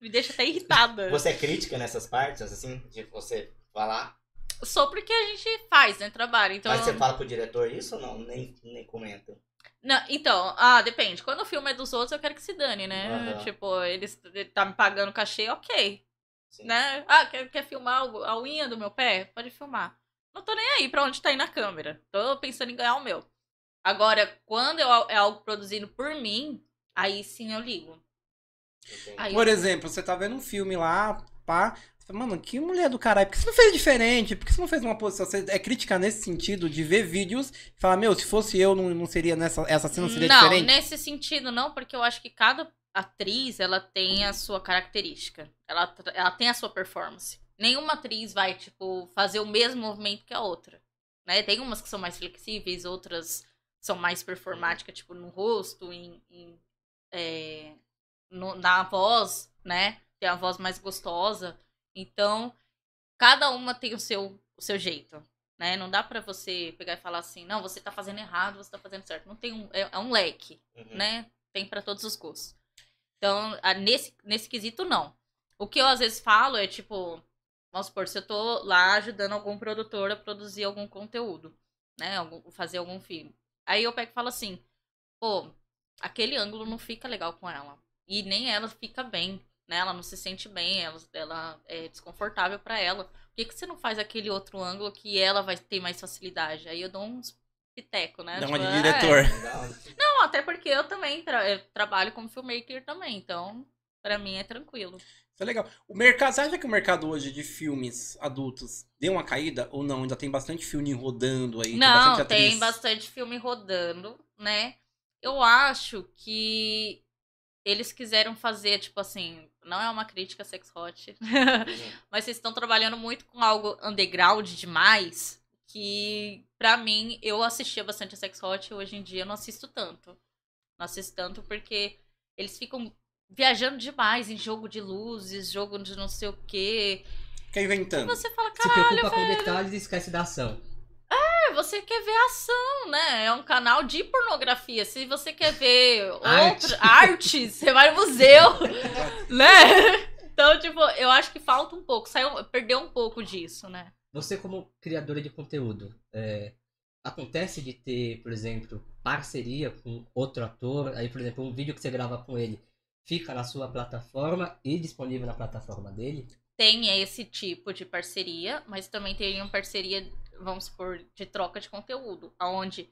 D: me deixa até irritada.
A: Você é crítica nessas partes, assim, de você falar?
D: Só porque a gente faz, né? Trabalho. Então,
A: Mas você fala pro diretor isso ou não? Nem, nem comenta.
D: Não, então, ah, depende. Quando o filme é dos outros, eu quero que se dane, né?
A: Aham.
D: Tipo, eles ele tá me pagando cachê, ok.
A: Sim.
D: Né? Ah, quer, quer filmar o- a unha do meu pé? Pode filmar. Não tô nem aí pra onde tá indo a câmera. Tô pensando em ganhar o meu. Agora, quando eu- é algo produzido por mim, aí sim eu ligo.
A: Entendi.
D: Aí
B: Por exemplo, você tá vendo um filme lá, pá. você fala, Mano, que mulher do caralho, por que você não fez diferente? Por que você não fez uma posição? Você é crítica nesse sentido de ver vídeos e falar, meu, se fosse eu, não, não seria nessa. Essa cena seria diferente?
D: nesse sentido não, porque eu acho que cada atriz, ela tem a sua característica. Ela, tra- ela tem a sua performance. Nenhuma atriz vai, tipo, fazer o mesmo movimento que a outra. Né? Tem umas que são mais flexíveis, outras são mais performáticas, tipo, no rosto, em, em, é, no- na voz, né? Tem a voz mais gostosa. Então, cada uma tem o seu, o seu jeito, né? Não dá pra você pegar e falar assim, não, você tá fazendo errado, você tá fazendo certo. Não tem um, é, é um leque,
A: Uhum.
D: né? Tem pra todos os gostos. Então, a- nesse, nesse quesito, não. O que eu às vezes falo é tipo, vamos supor, se eu tô lá ajudando algum produtor a produzir algum conteúdo, né? Algum- fazer algum filme. Aí eu pego e falo assim, pô, aquele ângulo não fica legal com ela. E nem ela fica bem, né? Ela não se sente bem, ela, ela é desconfortável pra ela. Por que, que você não faz aquele outro ângulo que ela vai ter mais facilidade? Aí eu dou uns piteco, né?
B: Dá uma
D: Tipo,
B: de
D: "Ah, é,
B: diretor.
A: Legal.
D: não, até porque eu também tra- eu trabalho como filmmaker também, então pra mim é tranquilo.
B: Isso é legal. O mercado, você acha que o mercado hoje de filmes adultos deu uma caída ou não? Ainda tem bastante filme rodando aí, tem
D: Não,
B: bastante atriz.
D: tem bastante filme rodando, né? Eu acho que eles quiseram fazer, tipo assim, não é uma crítica sex hot, (laughs)
A: Uhum.
D: mas vocês estão trabalhando muito com algo underground demais, que pra mim, eu assistia bastante a sex hot e hoje em dia eu não assisto tanto. Não assisto tanto porque eles ficam viajando demais em jogo de luzes, jogo de não sei o quê.
B: Fica é inventando.
D: Você fala,
C: Se
D: caralho,
C: preocupa com detalhes e esquece da ação.
D: É, você quer ver ação, né? É um canal de pornografia. Se você quer ver
C: Arte.
D: outra arte, (laughs) você vai no museu, né? Então, tipo, eu acho que falta um pouco, saiu, perdeu um pouco disso, né?
C: Você como criadora de conteúdo, é, acontece de ter, por exemplo, parceria com outro ator, aí, por exemplo, um vídeo que você grava com ele fica na sua plataforma e disponível na plataforma dele?
D: Tem esse tipo de parceria, mas também tem uma parceria, vamos supor, de troca de conteúdo, aonde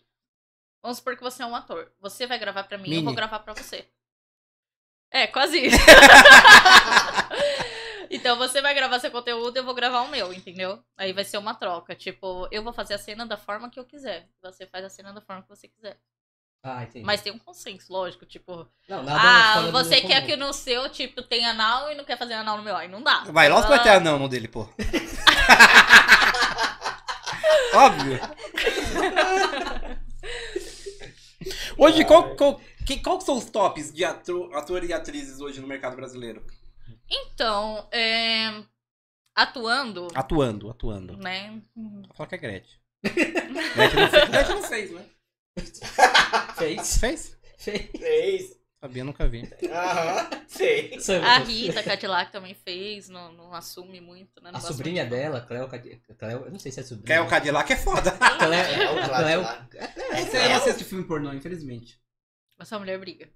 D: vamos supor que você é um ator, você vai gravar pra mim, eu
B: Mini.
D: vou gravar pra você. É, quase isso. (laughs) Então você vai gravar seu conteúdo, eu vou gravar o meu, entendeu? Aí vai ser uma troca. Tipo, eu vou fazer a cena da forma que eu quiser. Você faz a cena da forma que você quiser.
C: Ah, entendi.
D: Mas tem um consenso, lógico. Tipo,
C: não, nada fora
D: ah,
C: do
D: você
C: meu
D: quer
C: comum.
D: que no seu, tipo, tenha anal e não quer fazer anal no meu. Aí não dá.
B: Vai, lógico que vai ter
D: Ah,
B: anão no dele, pô. (laughs) Óbvio. Hoje, qual, qual, que, qual que são os tops de ator, ator e atrizes hoje no mercado brasileiro?
D: Então, é, atuando,
B: Atuando, atuando.
C: (laughs)
D: né?
B: Vou falar que é Gretchen. (laughs) Gretchen não fez, Gretchen não fez né?
C: Fez,
B: Fez?
C: fez.
A: Três.
B: Sabia, nunca vi.
A: Aham. Sei.
D: A Rita Cadillac também fez, não, não assume muito, né? Não
C: A
D: gosta
C: sobrinha
D: muito.
C: dela, Cleo, Cadi- Cleo, eu não sei se é sobrinha.
B: Quer o Cadillac é foda.
C: Cleo,
A: É o
C: a Cleo,
A: lá. É,
B: Esse aí eu não assisto filme pornô, infelizmente.
D: Essa mulher
C: (laughs)
D: briga.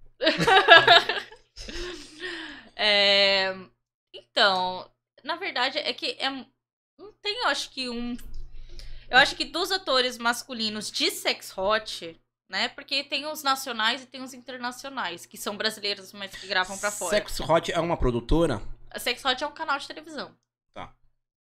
D: É, Então, na verdade é que é... não tem, eu acho que um. Eu acho que dos atores masculinos de sex hot, né? Porque tem os nacionais e tem os internacionais, que são brasileiros, mas que gravam Ah, pra fora.
B: Sex Hot é uma produtora?
D: A Sex Hot é um canal de televisão.
B: Tá.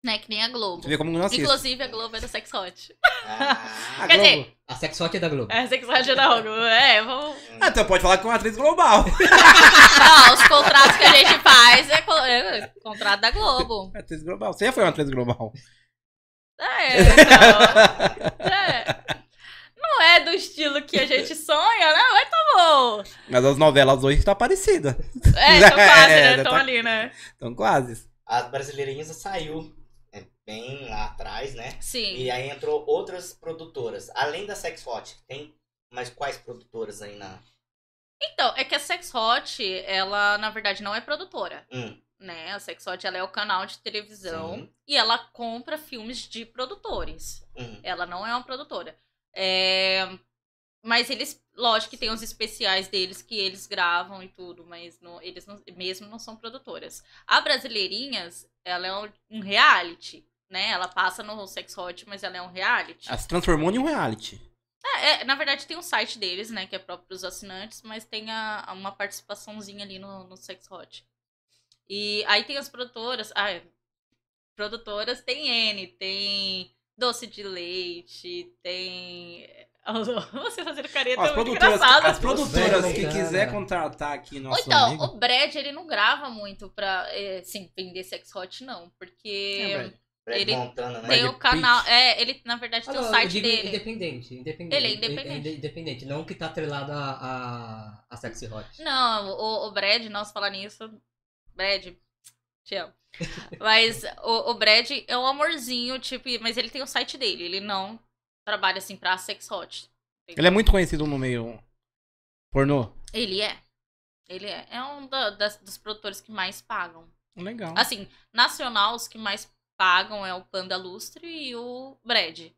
D: Né, que nem a Globo.
B: Você vê como eu não assisto.
D: Inclusive, a Globo é da Sex Hot.
A: ah,
B: A
D: quer dizer-
B: Ah, Globo.
C: A Sex Hot é da Globo.
D: É, Sex Hot é da Globo. É, vamos... (laughs)
B: Ah, então pode falar com uma atriz global. (laughs)
D: Não, os contratos que a gente faz é, co- é contrato da Globo.
B: atriz global. Você já foi uma atriz global.
D: É, então... É. Não é do estilo que a gente sonha, não, mas tá bom.
B: Mas as novelas hoje estão parecidas.
D: É, tão quase,
B: É,
D: né?
B: tá-
D: Tão ali, né?
B: Então quase.
A: As brasileirinhas saiu é, bem lá atrás, né?
D: Sim.
A: E aí entrou outras produtoras. Além da Sex Hot, tem mais quais produtoras aí na.
D: Então, é que a Sex Hot, ela, na verdade, não é produtora.
A: Hum,
D: Né? A Sex Hot, ela é o canal de televisão
A: Sim.
D: e ela compra filmes de produtores.
A: hum.
D: Ela não é uma produtora. É, Mas eles, lógico que tem os especiais deles que eles gravam e tudo, mas não- eles não- mesmo não são produtoras. A Brasileirinhas, ela é um, um reality, né? Ela passa no Sex Hot, mas ela é um reality.
B: Ela se transformou em um reality.
D: É, é, na verdade, tem o site deles, né? Que é próprio pros assinantes, mas tem a, a- uma participaçãozinha ali no, no Sex Hot. E aí tem as produtoras. Ah, é. produtoras tem N, tem doce de leite, tem. (laughs) Vocês fazendo careta
B: Ó, as
D: é muito
B: produtoras,
D: engraçada.
B: as produtoras que
C: Nossa.
B: quiser contratar aqui
D: Ou
B: nosso
D: então,
B: amigo.
D: o Brad, ele não grava muito pra, é, assim, vender Sex Hot, não.
B: É,
D: Porque
A: Brad
D: Ele
A: Montana, né?
D: tem
B: Brad
D: o canal...
B: Pitt.
D: É, ele, na verdade,
C: Ah,
D: tem
C: não,
D: o
C: eu
D: site
C: digo
D: dele.
C: Independente, independente.
D: Ele é independente.
C: inde- independente, não que tá atrelado a, a, a Sexy Hot.
D: Não, o, o Brad, nossa, falar nisso. Brad, te amo. Mas o, o Brad é um amorzinho, tipo, e- mas ele tem o site dele, ele não trabalha assim pra sex hot.
B: Ele é muito conhecido no meio pornô.
D: Ele é. Ele é. É um da- das, dos produtores que mais pagam.
B: Legal.
D: Assim, nacional, os que mais pagam é o Panda Lustre e o Brad.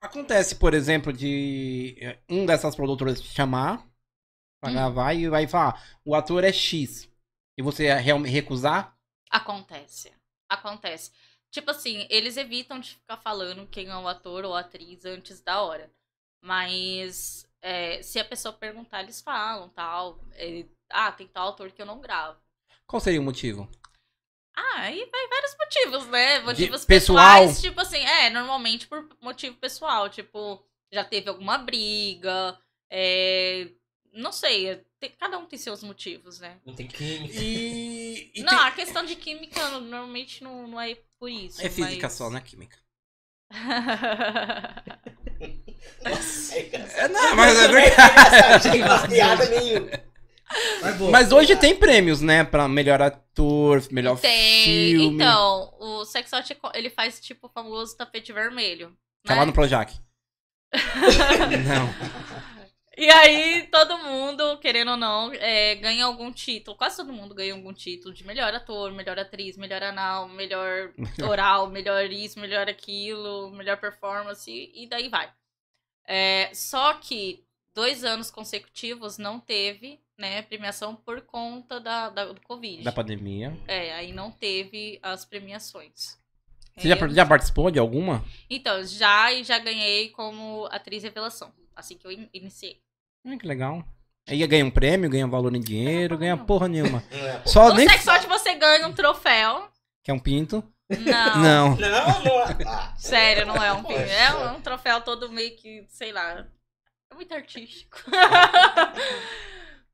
B: Acontece, por exemplo, de eh, um dessas produtoras te chamar pra
D: Hum.
B: gravar e vai falar, o ator é X. E você é real- recusar?
D: Acontece. Acontece. Tipo assim, eles evitam de ficar falando quem é o ator ou a atriz antes da hora. Mas é, se a pessoa perguntar, eles falam, tal. É, ah, tem tal ator que eu não gravo.
B: Qual seria o motivo?
D: Ah, aí vai vários motivos, né? Motivos
B: pessoal?
D: pessoais, tipo assim, é, normalmente por motivo pessoal, tipo, já teve alguma briga, é, não sei, tem- cada um tem seus motivos, né?
C: Não tem química.
B: E, e
D: não,
B: tem-
D: a questão de química normalmente não, não é por isso.
B: É física
D: mas-
B: só, né, química?
A: É (laughs) engraçado.
B: É, não, mas é verdade.
A: Achei uma piada meio.
C: Mas, boa.
B: Mas hoje tem prêmios, né? Pra melhor ator,
D: (laughs)
B: melhor
D: Tem.
B: filme.
D: Então, o Sex Hot, ele faz tipo o famoso tapete vermelho.
B: Tá
D: né?
B: lá no
D: (laughs)
B: Projac. não.
D: E aí, todo mundo, querendo ou não, é, ganha algum título. Quase todo mundo ganha algum título de melhor ator, melhor atriz, melhor anal, melhor oral, melhor isso, melhor aquilo, melhor performance, e e daí vai. É, só que dois anos consecutivos não teve, né, premiação por conta da, da- do Covid.
B: Da pandemia.
D: É, aí não teve as premiações.
B: Você já,
D: É,
B: par- já participou de alguma?
D: Então, já e já ganhei como atriz revelação, assim que eu in- iniciei.
B: Hum, que legal. Aí ganha um prêmio, ganha um valor em dinheiro,
D: Não,
B: ganha
D: não.
B: porra nenhuma.
A: Não, é, pô.
B: Só
D: No
B: nem.
D: Sex Hot você ganha um troféu.
B: Quer um pinto?
D: Não.
B: Não.
A: não. não é- ah,
D: Sério, não é um
A: Poxa.
D: pinto. É um troféu todo meio que, sei lá, é
B: (laughs)
D: muito artístico.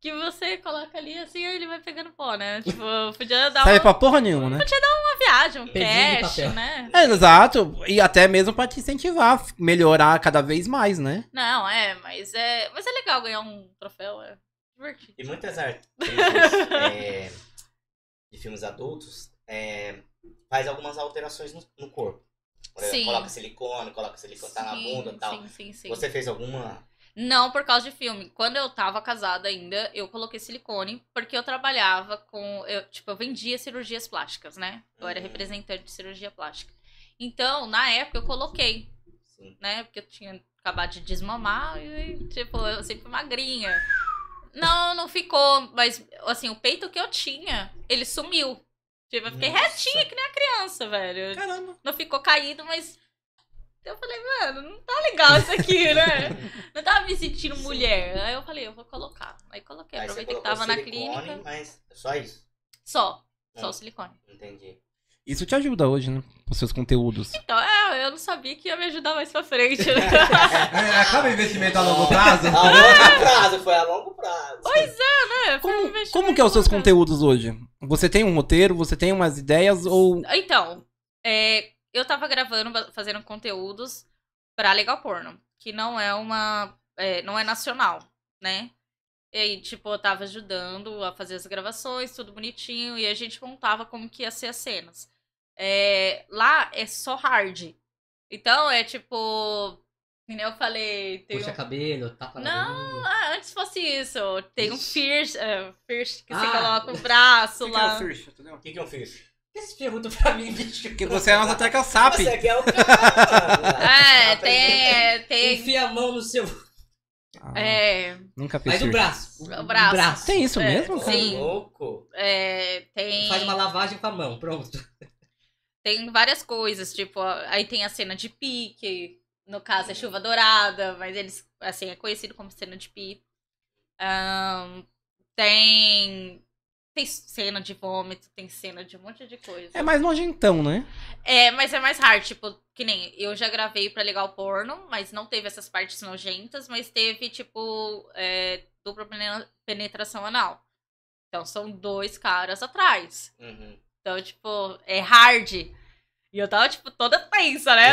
D: que você coloca ali assim e ele vai pegando pó, né? Tipo, podia dar
B: Sabe
D: uma,
B: pra porra nenhuma, né?
D: uma viagem, um
C: Pezinho de
D: cash,
C: papel.
D: né?
B: É, exato. E até mesmo pra te incentivar, f- melhorar cada vez mais, né?
D: Não, é, mas é, mas é legal ganhar um troféu, é divertido.
A: E muitas
D: (laughs)
A: artistas é, de filmes adultos é, faz algumas alterações no, no corpo. Por exemplo,
D: Sim.
A: Coloca silicone, coloca silicone tá na bunda e tal.
D: sim, sim, sim.
A: Você fez alguma?
D: Não por causa de filme. Quando eu tava casada ainda, eu coloquei silicone porque eu trabalhava com. Eu, tipo, eu vendia cirurgias plásticas, né? Eu era
A: Uhum.
D: representante de cirurgia plástica. Então, na época, eu coloquei,
A: Sim.
D: né? Porque eu tinha acabado de desmamar e, tipo, eu sempre fui magrinha. Não, não ficou, mas, assim, o peito que eu tinha, ele sumiu. Tipo, eu fiquei
A: Nossa.
D: retinha que nem a criança, velho.
B: Caramba.
D: Não ficou caído, mas. Eu falei, mano, não tá legal isso
B: (laughs)
D: aqui, né? Não tava me sentindo
A: Sim.
D: mulher. Aí eu falei, eu vou colocar. Aí coloquei,
A: Aí você
D: aproveitei que
A: colocou
D: tava na
A: silicone,
D: clínica.
A: Mas só isso.
B: Ah.
D: Só, só
A: Hum.
D: o silicone.
A: é Entendi.
B: Isso te ajuda hoje, né? Os seus conteúdos.
D: Então, é, eu não sabia que ia me ajudar mais pra frente. né?
B: (laughs) É, acaba o investimento a longo prazo.
A: A longo prazo, foi a longo prazo.
D: Pois é, né? Foi um
B: Como,
D: investimento
B: como que é os seus
D: longo prazo.
B: conteúdos hoje? Você tem um roteiro, você tem umas ideias ou.
D: Então, é, eu tava gravando, ba- fazendo conteúdos pra Legal Porno, que não é uma. é, não é nacional, né? E aí, tipo, eu tava ajudando a fazer as gravações, tudo bonitinho, e a gente montava como que ia ser as cenas. É, lá é só hard. Então é tipo. que nem Eu falei. Tem
C: Puxa
D: um-
C: cabelo, tapa na
D: Não,
C: bunda.
D: ah, antes fosse isso. Tem um piercing, é, piercing que você
C: Ah.
D: coloca é o braço
B: é
D: lá.
A: O que, que eu fiz?
C: Por que vocês perguntam pra mim, bicho?
B: Porque você é uma teca sap.
A: Você aqui é o cara. mano.
D: (laughs) É,
A: Apresenta-
D: tem, é,
C: (laughs)
D: tem.
C: Enfia a mão no seu.
B: Ah,
D: É,
B: Nunca fiz.
C: Mas o
B: surf.
C: braço.
D: O braço.
B: Tem isso
D: É,
B: mesmo?
A: Ô,
B: cara?
D: sim.
A: Tá louco.
D: é, tem.
C: Faz uma lavagem com a mão, pronto.
D: Tem várias coisas, tipo, ó, aí tem a cena de pique, no caso é chuva dourada, mas eles, assim, é conhecido como cena de pique. Ahn, tem. Tem cena de vômito, tem cena de um monte de coisa.
B: É mais nojentão, né?
D: É, mas é mais hard, tipo, que nem eu já gravei pra legal porno, mas não teve essas partes nojentas, mas teve, tipo, é, dupla pene- penetração anal. Então são dois caras atrás.
A: Uhum.
D: Então, tipo, é hard. E eu tava, tipo, toda tensa, né?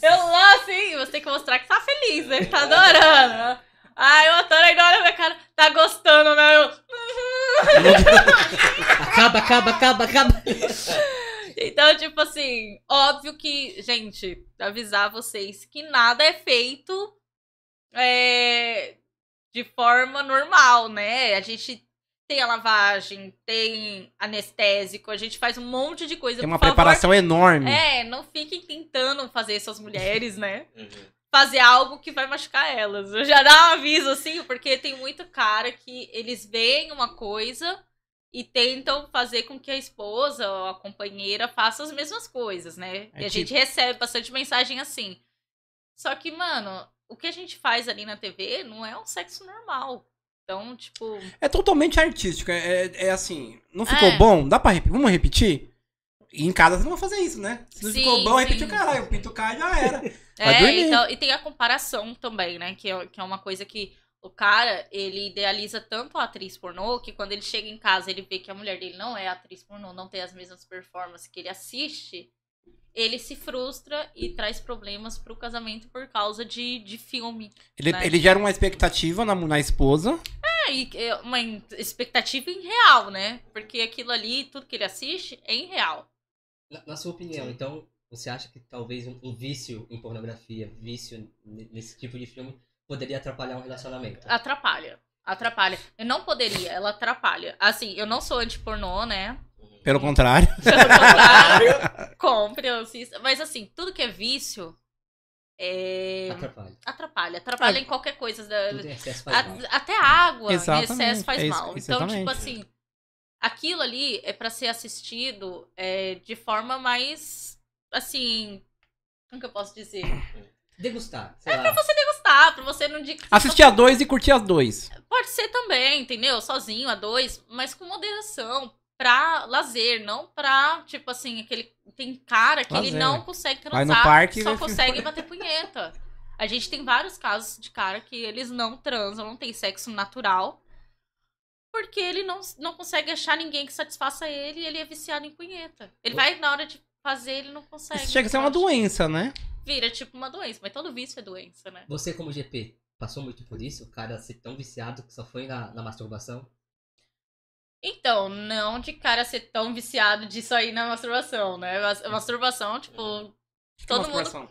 D: Eu lá, assim, você tem que mostrar que tá feliz, né? Que tá adorando. Ai, o ator ainda olha minha cara, tá gostando, né? Eu,
C: Acaba, acaba, acaba, acaba.
D: Então, tipo assim, óbvio que, gente, avisar vocês que nada é feito é, de forma normal, né? A gente tem a lavagem, tem anestésico, a gente faz um monte de coisa.
B: Tem uma
D: por favor,
B: preparação enorme.
D: É, não fiquem tentando fazer essas mulheres, né?
A: Uhum.
D: Fazer algo que vai machucar elas. Eu já dá um aviso, assim, porque tem muito cara que eles veem uma coisa e tentam fazer com que a esposa ou a companheira faça as mesmas coisas, né?
B: É
D: e
B: tipo-
D: a gente recebe bastante mensagem assim. Só que, mano, o que a gente faz ali na TV não é um sexo normal. Então, tipo.
B: É totalmente artístico. É, é- é assim, não ficou
D: É.
B: bom? Dá pra repetir? Vamos repetir? E em casa você não vai fazer isso, né? Se não
D: Sim,
B: ficou bom,
D: sim.
B: repetiu o caralho. Pinto o cara e já era. Vai
D: É,
B: dormir.
D: então, e tem a comparação também, né? Que é, que é uma coisa que o cara, ele idealiza tanto a atriz pornô que quando ele chega em casa ele vê que a mulher dele não é atriz pornô, não tem as mesmas performances que ele assiste, ele se frustra e traz problemas pro casamento por causa de, de filme.
B: Ele,
D: Né?
B: ele gera uma expectativa na, na esposa.
D: É, e é uma in- expectativa irreal, né? Porque aquilo ali, tudo que ele assiste é irreal.
C: Na, na sua opinião, então, você acha que talvez um, um vício em pornografia, vício n- nesse tipo de filme, poderia atrapalhar um relacionamento?
D: Ah, Atrapalha. Atrapalha. Eu não poderia, ela atrapalha. Assim, eu não sou
B: (laughs)
D: anti-pornô, né?
B: Pelo contrário.
D: Pelo contrário, compre, assista. Mas assim, tudo que é vício é,
C: Atrapalha.
D: atrapalha.
B: É.
D: Atrapalha em qualquer coisa. da-
C: Tudo em excesso
D: Ah,
C: faz mal.
D: a- até água em
B: Exatamente,
D: excesso faz
B: é isso-
D: mal. Então,
B: exatamente.
D: tipo assim, aquilo ali é pra ser assistido é, de forma mais, assim... Como que eu posso dizer?
C: Degustar,
D: É
C: sei lá.
D: Gostar, pra você não... De...
B: Assistir a dois e curtir as dois.
D: Pode ser também, entendeu? Sozinho, a dois, mas com moderação. Pra lazer, não pra, tipo assim, aquele. Tem cara que ele
B: Lazer,
D: não
B: né?
D: consegue
B: Vai
D: transar,
B: no parque e
D: só
B: vai-
D: consegue bater punheta. A gente tem vários casos de cara que eles não transam, não tem sexo natural. Porque ele não, não consegue achar ninguém que satisfaça ele e ele é viciado em punheta. Ele vai, na hora de fazer, ele não consegue.
B: Isso chega a ser uma
D: não pode.
B: doença, né?
D: Vira tipo uma doença, mas todo vício é doença, né?
C: Você, como GP, passou muito por isso? O cara ser tão viciado que só foi na, na masturbação?
D: Então, não de cara ser tão viciado disso aí na masturbação, né? Mas- Masturbação, tipo. Todo mundo.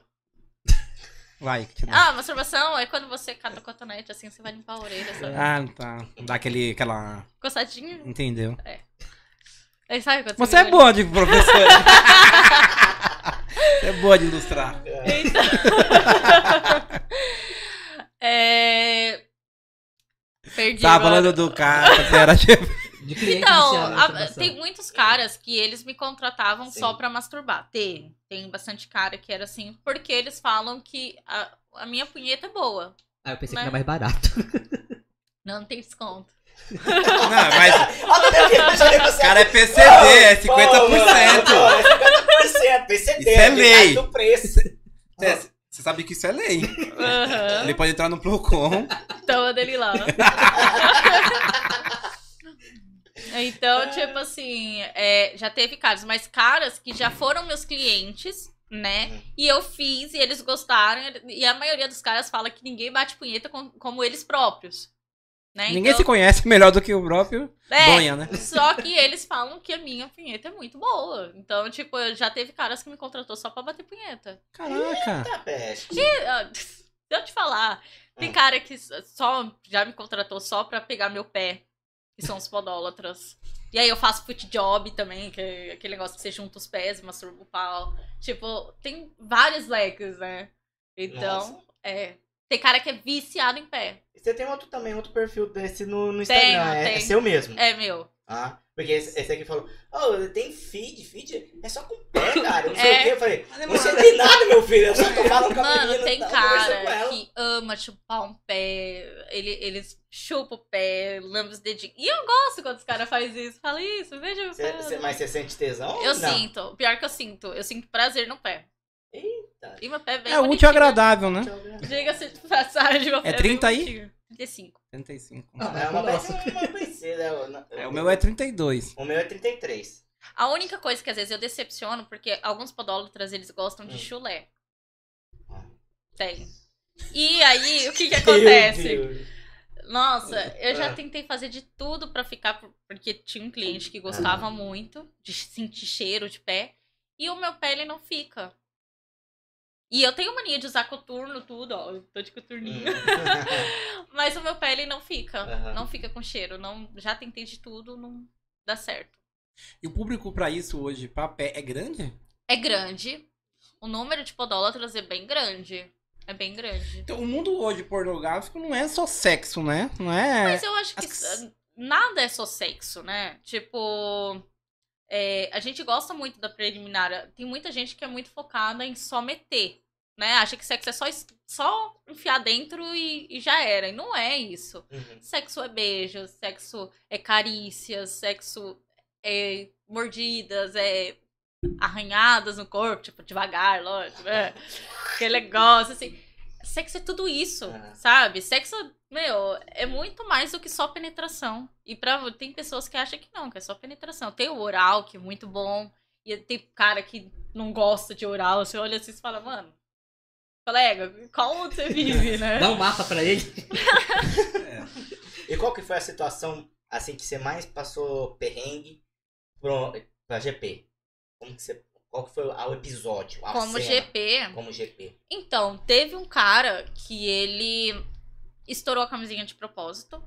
B: (laughs) Like. te dá.
D: Ah, masturbação é quando você cata o cotonete, assim, você vai limpar a orelha, sabe?
B: Ah, tá. Dá aquele, aquela...
D: Coçadinha.
B: Entendeu?
D: Aí sabe quando
B: Você é
D: boa.
B: boa de (laughs) professora. Você é boa de ilustrar.
D: Então... (laughs) é... Perdi.
B: Tava
D: agora.
B: Tá, falando do cara, você era (laughs) chefe.
C: De cliente
D: Então,
C: viciado na
D: a-
C: masturbação.
D: tem muitos caras que eles me contratavam
A: Sim.
D: só pra masturbar. Tem, tem bastante cara que era assim, porque eles falam que a, a minha punheta é boa.
C: Ah, eu pensei
D: né?
C: que era mais barato.
D: Não, não tem desconto.
B: Não, mas
A: Olha, meu Deus, deixa eu
B: o
A: negociar.
B: (laughs) cara é PCD, é 50%.
A: É 50%. PCD.
B: Isso é lei.
A: Do preço.
B: É, Você sabe que isso é lei.
D: Aham.
B: Ele pode entrar no Procon.
D: Toma dele lá.
B: (laughs) É.
D: então, tipo assim, é, já teve caras, mas caras que já foram meus clientes,
B: Uhum.
D: né? E eu fiz e eles gostaram. E a maioria dos caras fala que ninguém bate punheta com- como eles próprios. Né?
B: Ninguém se
D: então,
B: conhece melhor do que o próprio
D: é,
B: Donha, né?
D: Só que eles falam que a minha punheta é muito boa. Então, tipo, eu- já teve caras que me contratou só pra bater punheta.
B: Caraca.
A: Tá, peste.
D: Ah, (laughs) Se eu te falar, tem cara que só já me contratou só pra pegar meu pé, que são os podólatras. E aí eu faço foot job também, que é aquele negócio que você junta os pés e masturba o pau. Tipo, tem vários leques, né? Então, é. Tem cara que é viciado em pé.
A: Você tem outro também, outro perfil desse no, no
D: Tenho,
A: Instagram. é, é
D: tenho.
A: seu mesmo.
D: É, meu.
A: Ah, porque esse, esse aqui falou, oh, tem feed, feed é só com pé, cara. Não sei
D: É.
A: o quê. Eu falei, você tem nada, meu filho. Eu só tô falando com a
D: Mano,
A: menina,
D: tem
A: tá, conversando com
D: cara
A: ela.
D: que ama chupar um pé. Ele, eles chupam o pé, lambem os dedinhos. E eu gosto quando os caras fazem isso. Fala isso, veja meu
A: Cê-
D: pé.
A: cê- mas você sente tesão? ou
D: Eu
A: não?
D: sinto. Pior que eu sinto. Eu sinto prazer no pé.
A: Eita.
D: E meu pé vem.
B: É útil e agradável, né?
A: Deixa eu ver.
D: (laughs) Diga-se de passagem, meu pé
B: É 30 aí?
D: bem bonitinho. 35.
B: 35.
C: Ah,
A: É uma
C: Nossa.
A: princesa, uma princesa. eu não-
B: É, o meu é 32.
A: O meu é 33.
D: A única coisa que às vezes eu decepciono, porque alguns podólatras eles gostam de
A: Hum.
D: chulé.
A: Ah.
D: Tem. E aí, o que que acontece?
A: Meu Deus.
D: Nossa, eu já
A: Ah.
D: tentei fazer de tudo pra ficar, por- porque tinha um cliente que gostava muito de sentir cheiro de pé, e o meu pé ele não fica. E eu tenho mania de usar coturno, tudo, ó, eu tô de coturninho.
A: Hum,
D: Mas o meu pé ele não fica,
A: É. Aham.
D: não fica com cheiro, não, já tentei de tudo, não dá certo.
B: E o público pra isso hoje, pra pé, é grande?
D: É grande, o número de podólatras é bem grande, é bem grande.
B: Então, o mundo hoje pornográfico não é só sexo, né? Não é.
D: Mas eu acho que
B: As-
D: eh, nada é só sexo, né? Tipo, é, a gente gosta muito da preliminar. Tem muita gente que é muito focada em só meter, né? Acha que sexo é só, es- só enfiar dentro e, e já era. E não é isso.
A: Uhum.
D: Sexo é beijo, sexo é carícias, sexo é mordidas, é arranhadas no corpo, tipo, devagar, lógico, né? Aquele negócio, assim. Sexo é tudo isso,
A: Ah.
D: sabe? Sexo, meu, é muito mais do que só penetração. E pra, tem pessoas que acham que não, que é só penetração. Tem o oral, que é muito bom. E tem cara que não gosta de oral. Você olha assim e fala, mano, colega, qual mundo você vive, né?
C: Dá um mapa pra ele.
A: E qual que foi a situação, assim, que você mais passou perrengue pro, pra GP? Como que você, qual que foi o episódio, a
D: Como
A: cena?
D: GP,
A: Como (laughs) GP.
D: Então, teve um cara que ele estourou a camisinha de propósito,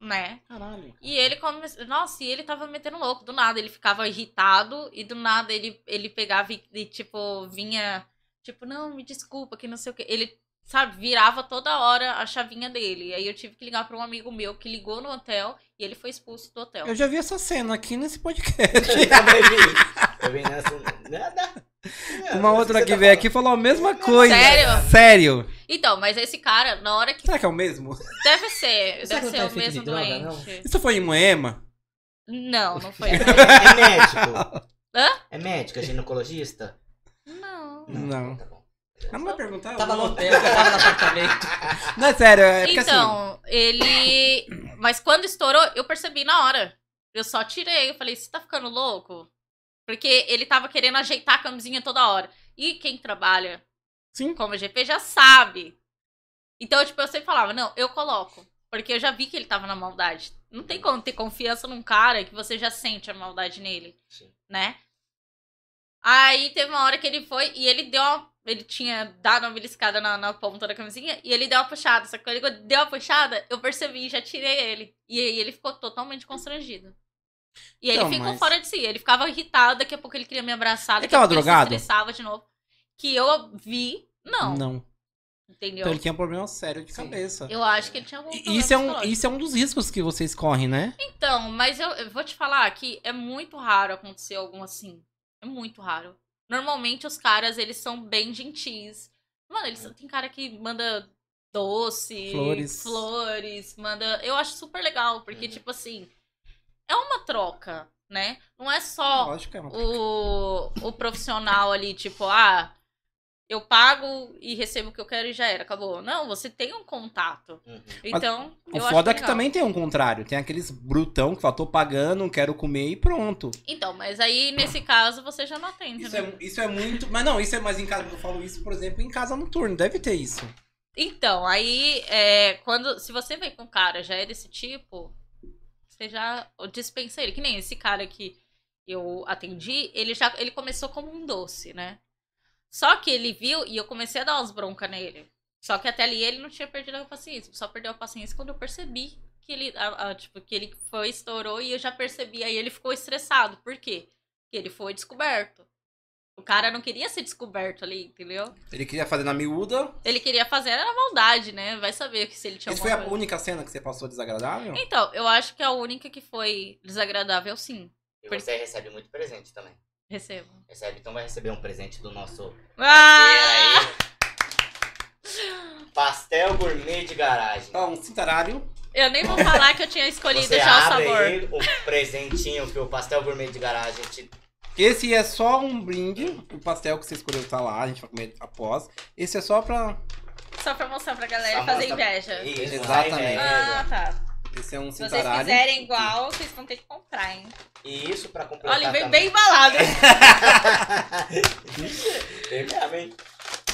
D: né?
B: Caralho.
D: E ele começou. Nossa, e ele tava metendo louco. Do nada ele ficava irritado e do nada ele, ele pegava e, e, tipo, vinha. Tipo, não, me desculpa, que não sei o quê. Ele, sabe, virava toda hora a chavinha dele. Aí eu tive que ligar pra um amigo meu que ligou no hotel e ele foi expulso do hotel.
B: Eu já vi essa cena aqui nesse podcast.
A: Eu também vi. Eu vi nessa... Nada. tá
B: Uma outra que veio aqui falou a mesma coisa.
D: Sério?
B: Sério.
D: Então, mas esse cara, na hora que.
B: Será que é o mesmo?
D: Deve ser. Deve
C: Será que
D: ser
C: não tá
D: o
C: efeito de
D: mesmo
C: droga, não?
D: doente.
B: Isso foi em Moema?
D: Não, não
C: (laughs)
D: foi.
A: É médico?
D: (laughs) Hã?
A: É médico? É ginecologista?
D: Não.
B: Não.
A: Tá bom.
B: Ah, não vai perguntar.
C: Tava
B: eu
C: no
B: vou-
C: hotel, tava no apartamento. (laughs)
B: Não, é sério. É porque assim...
D: Então, ele. (coughs) Mas quando estourou, eu percebi na hora. Eu só tirei. Eu falei, você tá ficando louco? Porque ele tava querendo ajeitar a camisinha toda hora. E quem trabalha
B: Sim.
D: como GP já sabe. Então, tipo, eu sempre falava, não, eu coloco. Porque eu já vi que ele tava na maldade. Não tem como ter confiança num cara que você já sente a maldade nele.
A: Sim.
D: Né? Aí teve uma hora que ele foi e ele deu uma. Ele tinha dado uma beliscada na, na ponta da camisinha e ele deu uma puxada. Só que quando ele deu uma puxada, eu percebi e já tirei ele. E aí ele ficou totalmente constrangido. E aí
B: Então,
D: ele ficou
B: mas-
D: fora de si. Ele ficava irritado, daqui a pouco ele queria me abraçar.
B: Ele
D: daqui a
B: tava
D: pouco
B: drogado?
D: Ele se estressava de novo. Que eu vi, não.
B: Não.
D: Entendeu?
B: Então ele tinha um problema sério de
C: Sim.
B: cabeça.
D: Eu acho que ele tinha algum
B: E
D: problema
B: Isso é, um,
D: psicológico.
B: isso é um dos riscos que vocês correm, né?
D: Então, mas eu, eu vou te falar que é muito raro acontecer algum assim. É muito raro. Normalmente os caras, eles são bem gentis. Mano, eles, tem cara que manda doce,
B: É. Flores.
D: flores, manda. Eu acho super legal, porque,
A: Uhum.
D: tipo assim, é uma troca, né? Não é só
B: Lógico que é uma
D: o, o profissional ali, tipo, ah, eu pago e recebo o que eu quero e já era, acabou. Não, você tem um contato.
B: Uhum.
D: Então,
B: O
D: eu
B: foda é
D: acho
B: que
D: legal.
B: também tem um contrário. Tem aqueles brutão que fala, tô pagando, não quero comer e pronto.
D: Então, mas aí, nesse caso, você já não atende,
B: Isso
D: né?
B: é, isso é muito. Mas não, isso é mais em casa. Eu falo isso, por exemplo, em casa noturno. Deve ter isso.
D: Então, aí, é, quando, se você vem com um cara já é desse tipo, você já dispensa ele. Que nem esse cara que eu atendi, ele já ele começou como um doce, né? Só que ele viu e eu comecei a dar umas broncas nele. Só que até ali ele não tinha perdido a paciência. Só perdeu a paciência quando eu percebi que ele, a- a- tipo, que ele foi, estourou e eu já percebi. Aí ele ficou estressado. Por quê? Porque ele foi descoberto. O cara não queria ser descoberto ali, entendeu?
B: Ele queria fazer na miúda.
D: Ele queria fazer era maldade, né? Vai saber que se ele tinha
B: Essa foi a
D: alguma coisa.
B: única cena que você passou desagradável?
D: Então, eu acho que a única que foi desagradável, sim.
A: E você recebe muito presente também.
D: Recebo.
A: Recebe, então vai receber um presente do nosso
D: Ah!
A: pastel gourmet de garagem.
B: Então, cintarário.
D: Eu nem vou falar que eu tinha escolhido
A: Você
D: já o
A: abre
D: sabor.
A: aí o presentinho que o pastel gourmet de garagem te
B: Esse é só um brinde. O pastel que você escolheu tá lá, a gente vai comer após. Esse é só pra.
D: Só pra mostrar pra galera
A: Só
D: fazer
A: mostra-
D: inveja.
A: Isso,
B: Exatamente.
A: dá inveja.
D: Ah, tá.
B: Esse é um
D: Se vocês
B: cintarário.
D: quiserem igual, vocês vão ter que comprar, hein?
A: E isso pra completar
D: Olha, vem bem
A: também. (laughs)
D: embalado.
A: Vem mesmo, hein?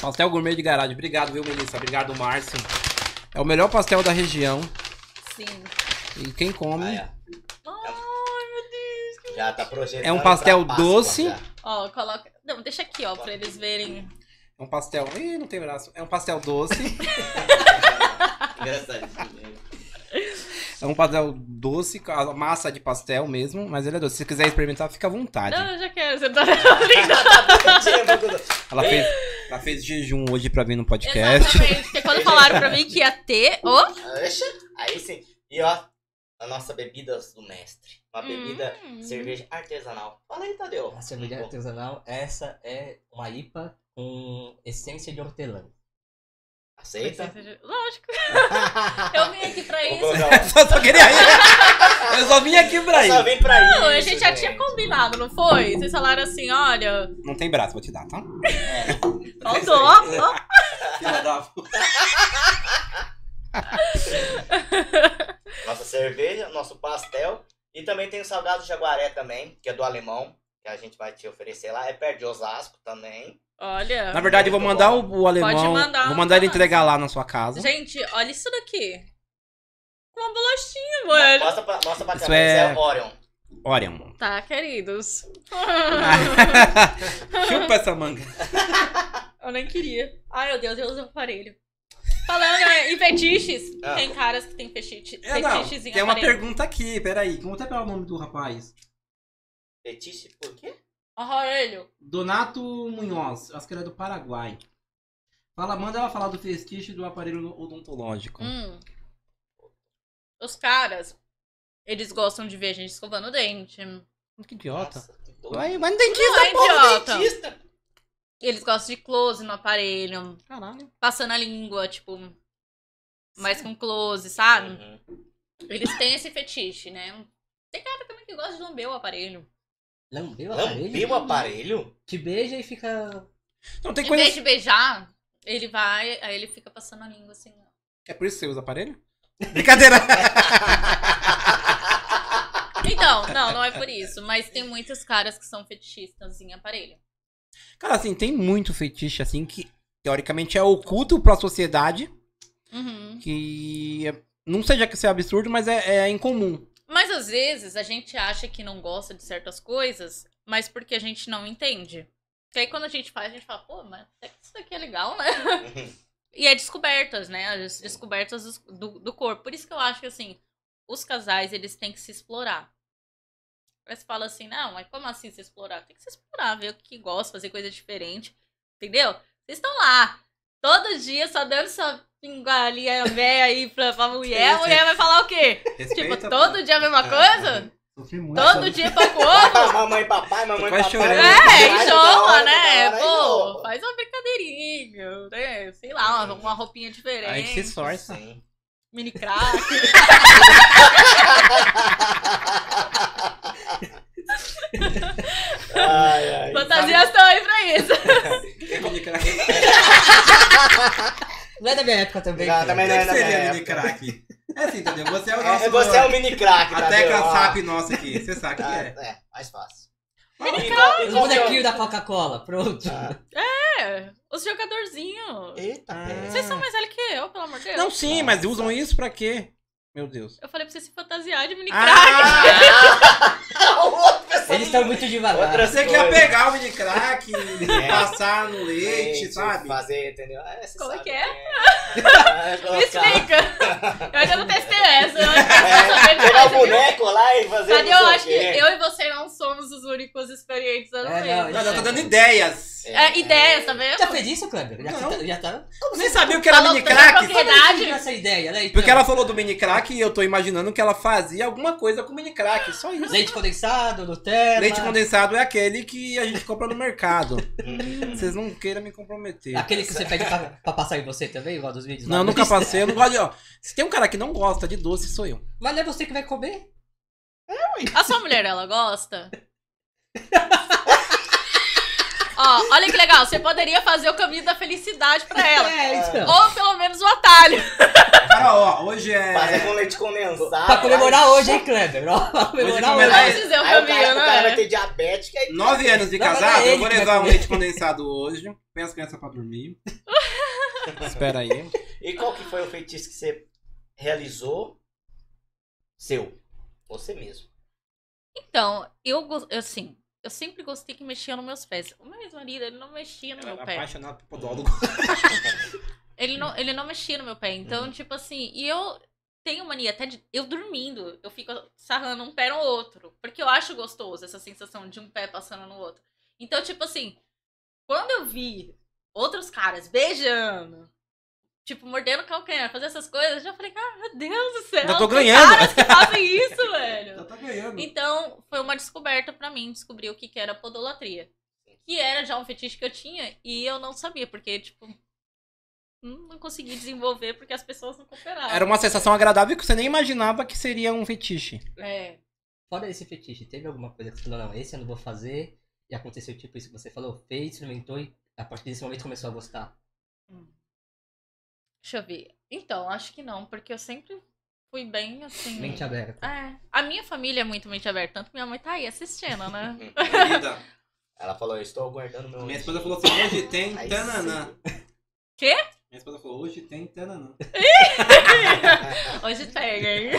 B: Pastel gourmet de garagem. Obrigado, viu, Melissa? Obrigado, Márcio. É o melhor pastel da região.
D: Sim.
B: E quem come.
D: Ah, é.
A: Aí, ó,
D: Ai, meu Deus.
A: já tá projetando
B: É um pastel
A: pra Páscoa
B: doce.
D: (laughs)
A: já.
D: Ó, coloca... Não, deixa aqui, ó, pra eles verem.
B: É um pastel. Ih, não tem braço. É um pastel
D: (laughs)
B: doce.
A: Engraçadinho.
B: É um pastel doce, com a massa de pastel mesmo, mas ele é doce. Se quiser experimentar, fica à vontade.
D: Não, eu já quero. Você tá brincando.
A: tá,
B: Ela fez, ela fez jejum hoje pra vir no podcast.
D: Exatamente. Porque quando falaram pra mim que ia ter... Ô!
A: Oxe, Aí sim. E ó, a nossa bebida do mestre. Uma bebida,
D: Hum.
A: cerveja artesanal. Fala aí, Tadeu.
C: A cerveja
A: Bom,
C: artesanal, essa é uma IPA com essência de hortelã.
A: Aceita?
D: Lógico. (laughs) Eu vim aqui pra
A: Vou
D: isso.
A: colocar
B: (laughs) Eu só, só queria ir. Eu só vim aqui pra
A: um- Só
B: ir.
A: vem pra isso,
D: Não, a gente já tinha
A: gente.
D: combinado, não foi? Vocês falaram assim, olha,
B: Não tem braço, vou te dar, tá?
D: faltou, ó, ó.
B: Filha da puta.
A: Nossa cerveja, nosso pastel. E também tem o salgado jaguaré também, que é do alemão. Que a gente vai te oferecer lá. É perto de Osasco também.
D: Olha.
B: Na verdade, eu vou mandar o, o alemão.
D: mandar. tá
B: Vou mandar ele entregar lá na sua casa.
D: Gente, olha isso daqui. Uma bolachinha, mano.
A: Mostra pra, mostra pra câmera,
B: Isso
A: isso
B: é-
A: é Orion.
B: Olha,
D: (laughs)
B: amor.
D: Tá,
B: (laughs)
D: queridos.
B: Chupa essa manga.
D: Eu nem queria. Ai, meu Deus, eu uso o aparelho. Falando
B: (laughs)
D: é, em fetiches,
A: Ah.
D: tem caras que tem fetiche,
B: É, não,
D: fetiches em
B: tem uma
D: aparelho.
B: pergunta aqui, peraí. Como até pelo nome do rapaz?
A: Fetiche? Por quê?
D: Aparelho.
B: Donato Munhoz, acho que ele é do Paraguai. Fala, manda ela falar do fetiche do aparelho odontológico.
D: Hum. Os caras, eles gostam de ver a gente escovando o dente.
B: Que idiota.
A: Nossa, que doido.
B: Vai, vai no dentista,
D: Não é
B: porra, no
D: idiota.
B: dentista.
D: Eles gostam de close no aparelho.
B: Caralho.
D: passando a língua, tipo, mais com close, sabe?
A: Uhum.
D: Eles têm esse fetiche, né? Tem cara também que gosta de lamber o aparelho.
C: Lambeu o
A: Lambeu
C: aparelho?
A: o aparelho?
C: Te beija e fica...
B: Não, tem
D: Em vez
B: coisa...
D: de beijar, ele vai, aí ele fica passando a língua assim. ó.
B: É por isso que você usa aparelho? (laughs) Brincadeira.
D: Então, não, não é por isso. Mas tem muitos caras que são fetichistas em aparelho.
B: Cara, assim, tem muito fetiche, assim, que teoricamente é oculto pra sociedade,
D: Uhum.
B: que... é- Não seja que isso é absurdo, mas é, é incomum.
D: Mas às vezes a gente acha que não gosta de certas coisas, mas porque a gente não entende. Porque aí quando a gente faz, a gente fala, pô, mas até que isso daqui é legal, né? E é descobertas, né? As descobertas dos- do, do corpo. Por isso que eu acho que, assim, os casais, eles têm que se explorar. Aí você fala assim, não, mas como assim se explorar? Tem que se explorar, ver o que gosta, fazer coisa diferente, entendeu? Vocês estão lá, todo dia, só dando sua pingalinha véia aí pra, pra mulher, a mulher vai falar o quê? tipo, todo dia a mesma coisa?
B: Sofri muito.
D: Todo dia pra coisa?
A: (laughs) Ah, mamãe, papai,
B: Tô
A: mamãe,
B: quase
A: papai.
B: chorando.
D: É,
A: Caralho, da
D: enjoa,
A: hora,
D: né?
A: da hora,
D: Pô,
A: enjoa.
D: faz uma brincadeirinha, né? sei lá, uma, uma roupinha diferente.
B: A gente se (laughs) esforça.
A: Sim.
D: Mini crack.
A: Ai,
D: (laughs)
A: ai.
D: Fantasias estão aí pra isso.
B: Mini crack.
C: Não é da minha época também.
A: Não,
C: cara.
A: também não.
B: O é que
A: na minha
B: seria mini
A: época.
B: crack? É assim, entendeu? Você é o nosso.
A: É, você é o mini crack,
B: A tecla SAP nossa aqui. Você sabe o que é.
A: É, é, mais fácil.
D: Mini
A: E
D: crack.
A: qual- e
C: Os
A: qual que é o-
C: bonequinhos da Coca-Cola, pronto.
A: Ah,
D: É, os jogadorzinhos.
A: Eita,
B: Ah.
A: (laughs) pera.
D: Vocês são mais velhos que eu, pelo amor de Deus.
B: Não, sim, mas usam isso pra quê? Meu Deus.
D: Eu falei pra você se fantasiar de mini crack.
B: Ah,
A: Outra pessoa.
C: Eles estão muito devagar.
A: Outra é
B: você quer pegar o mini crack, (laughs) passar no leite,
A: Gente,
B: sabe?
A: Fazer, entendeu? É, você
D: Como é
A: sabe
D: que
A: o
D: é? (laughs)
A: é. É,
D: (laughs) Me
A: colocar-
D: explica. Eu ainda não testei essa. Eu acho que eu
A: (laughs)
D: sou
A: É,
D: saber
A: pegar o
D: dessa, viu?
A: boneco lá e fazer. não
D: Cadê?
A: sei
D: Eu
A: o
D: acho que
A: quê.
D: eu e você não somos os únicos experientes da
C: É, não,
D: mesa.
B: Não, eu tô dando ideias.
D: É, ideias, tá
C: Já
D: vendo?
C: fez isso, Kleber? Já,
B: Não.
C: já tá.
B: Nem sabia o que era
D: Falou
B: mini
D: tanta
B: crack.
D: propriedade.
C: Tive essa ideia, né? Então,
B: Porque ela falou do mini crack e eu tô imaginando que ela fazia alguma coisa com mini crack, só isso.
C: Leite condensado, Nutella.
B: Leite condensado é aquele que a gente compra no mercado.
A: Hum.
B: Vocês não queiram me comprometer.
C: Aquele que você pede pra, pra passar em você também, igual dos vídeos. lá
B: Não, é eu
C: do
B: nunca
C: Insta.
B: passei, eu não gosto de. Ó, se tem um cara que não gosta de doce, sou eu.
C: Mas não é você que vai comer?
D: A sua mulher, ela gosta? Ó, olha que legal. Você poderia fazer o caminho da felicidade pra ela.
C: É, então.
D: Ou pelo menos o atalho.
B: Cara, ó, hoje é.
A: Fazer com leite condensado.
C: Pra comemorar hoje, hein, Kleber? Ó, Pra comemorar
B: Hoje
C: hoje.
B: comemorar-
D: Vamos dizer o
A: É, Aí o cara,
D: caminho,
A: o cara vai
D: né?
A: ter diabética e.
B: Nove anos de
C: Não, mas
B: casado,
C: é ele
B: eu vou
C: que vai
B: levar um
C: comer.
B: leite condensado hoje. Põe as crianças pra dormir. Espera aí.
A: E qual que foi o feitiço que você realizou? Seu. Você mesmo.
D: Então, eu, go- eu, assim, eu sempre gostei que mexia nos meus pés. O meu ex-marido, ele não mexia
B: É,
D: no meu pé.
B: Apaixonado por podólogo.
D: Ele
B: Hum.
D: não, ele não mexia no meu pé. Então,
B: Uhum.
D: tipo assim, e eu tenho mania até de. Eu dormindo, eu fico sarrando um pé no outro. Porque eu acho gostoso essa sensação de um pé passando no outro. Então, tipo assim, quando eu vi outros caras beijando, tipo, mordendo calcanhar, fazer essas coisas, eu já falei, cara, meu Deus do céu.
B: Já tô
D: tem
B: ganhando.
D: caras que fazem isso, velho.
B: tá ganhando.
D: Então, foi uma descoberta pra mim, descobrir o que, que era podolatria. Que era já um fetiche que eu tinha e eu não sabia, porque, tipo, hum, não consegui desenvolver porque as pessoas não cooperavam.
B: Então. Era uma sensação agradável que você nem imaginava que seria um (laughs) fetiche.
D: É.
C: Fora esse fetiche, teve alguma coisa que você falou, não, esse eu não vou fazer. E aconteceu tipo isso que você falou, fez, experimentou e a partir desse momento começou a gostar.
D: Deixa eu ver. Então, acho que não, porque eu sempre fui bem assim.
C: Mente aberta.
D: É. A minha família é muito mente aberta, tanto que minha mãe tá aí assistindo, né?
A: Ela falou, eu estou guardando meu.
B: Minha esposa falou assim: hoje tem
A: Aí
B: tananã.
A: sim.
D: Quê?
B: Minha esposa falou: hoje tem tananã.
D: Hoje pega, hein?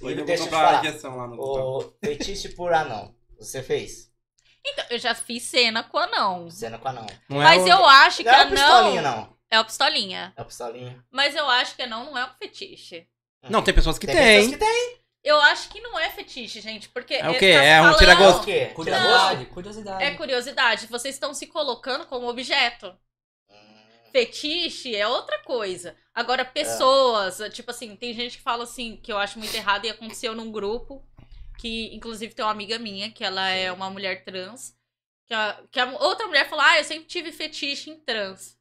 B: Hoje eu vou
A: Deixa eu te
B: comprar a
A: falar.
B: injeção lá no botão.
A: O feitiço por anão. Você fez?
D: Então, eu já fiz cena com anão.
A: Cena com anão.
B: Não é
D: Mas
B: o-
D: eu acho que
A: Não é o pistolinha,
D: anão.
A: não.
D: É o pistolinha.
A: É o pistolinha.
D: Mas eu acho que anão não é um fetiche.
B: Não, tem pessoas que tem.
A: pessoas que tem.
D: Eu acho que não é fetiche, gente, porque...
B: É o
D: tá
B: quê?
D: se
B: É um tiragosto?
A: O quê? Tira
C: Curiosidade, curiosidade.
D: É curiosidade, vocês estão se colocando como objeto.
A: Hum,
D: Fetiche é outra coisa. Agora, pessoas, tipo assim, tem gente que fala assim, que eu acho muito errado e aconteceu num grupo, que inclusive tem uma amiga minha, que ela é uma mulher trans, que a, que a outra mulher falou, ah, eu sempre tive fetiche em trans.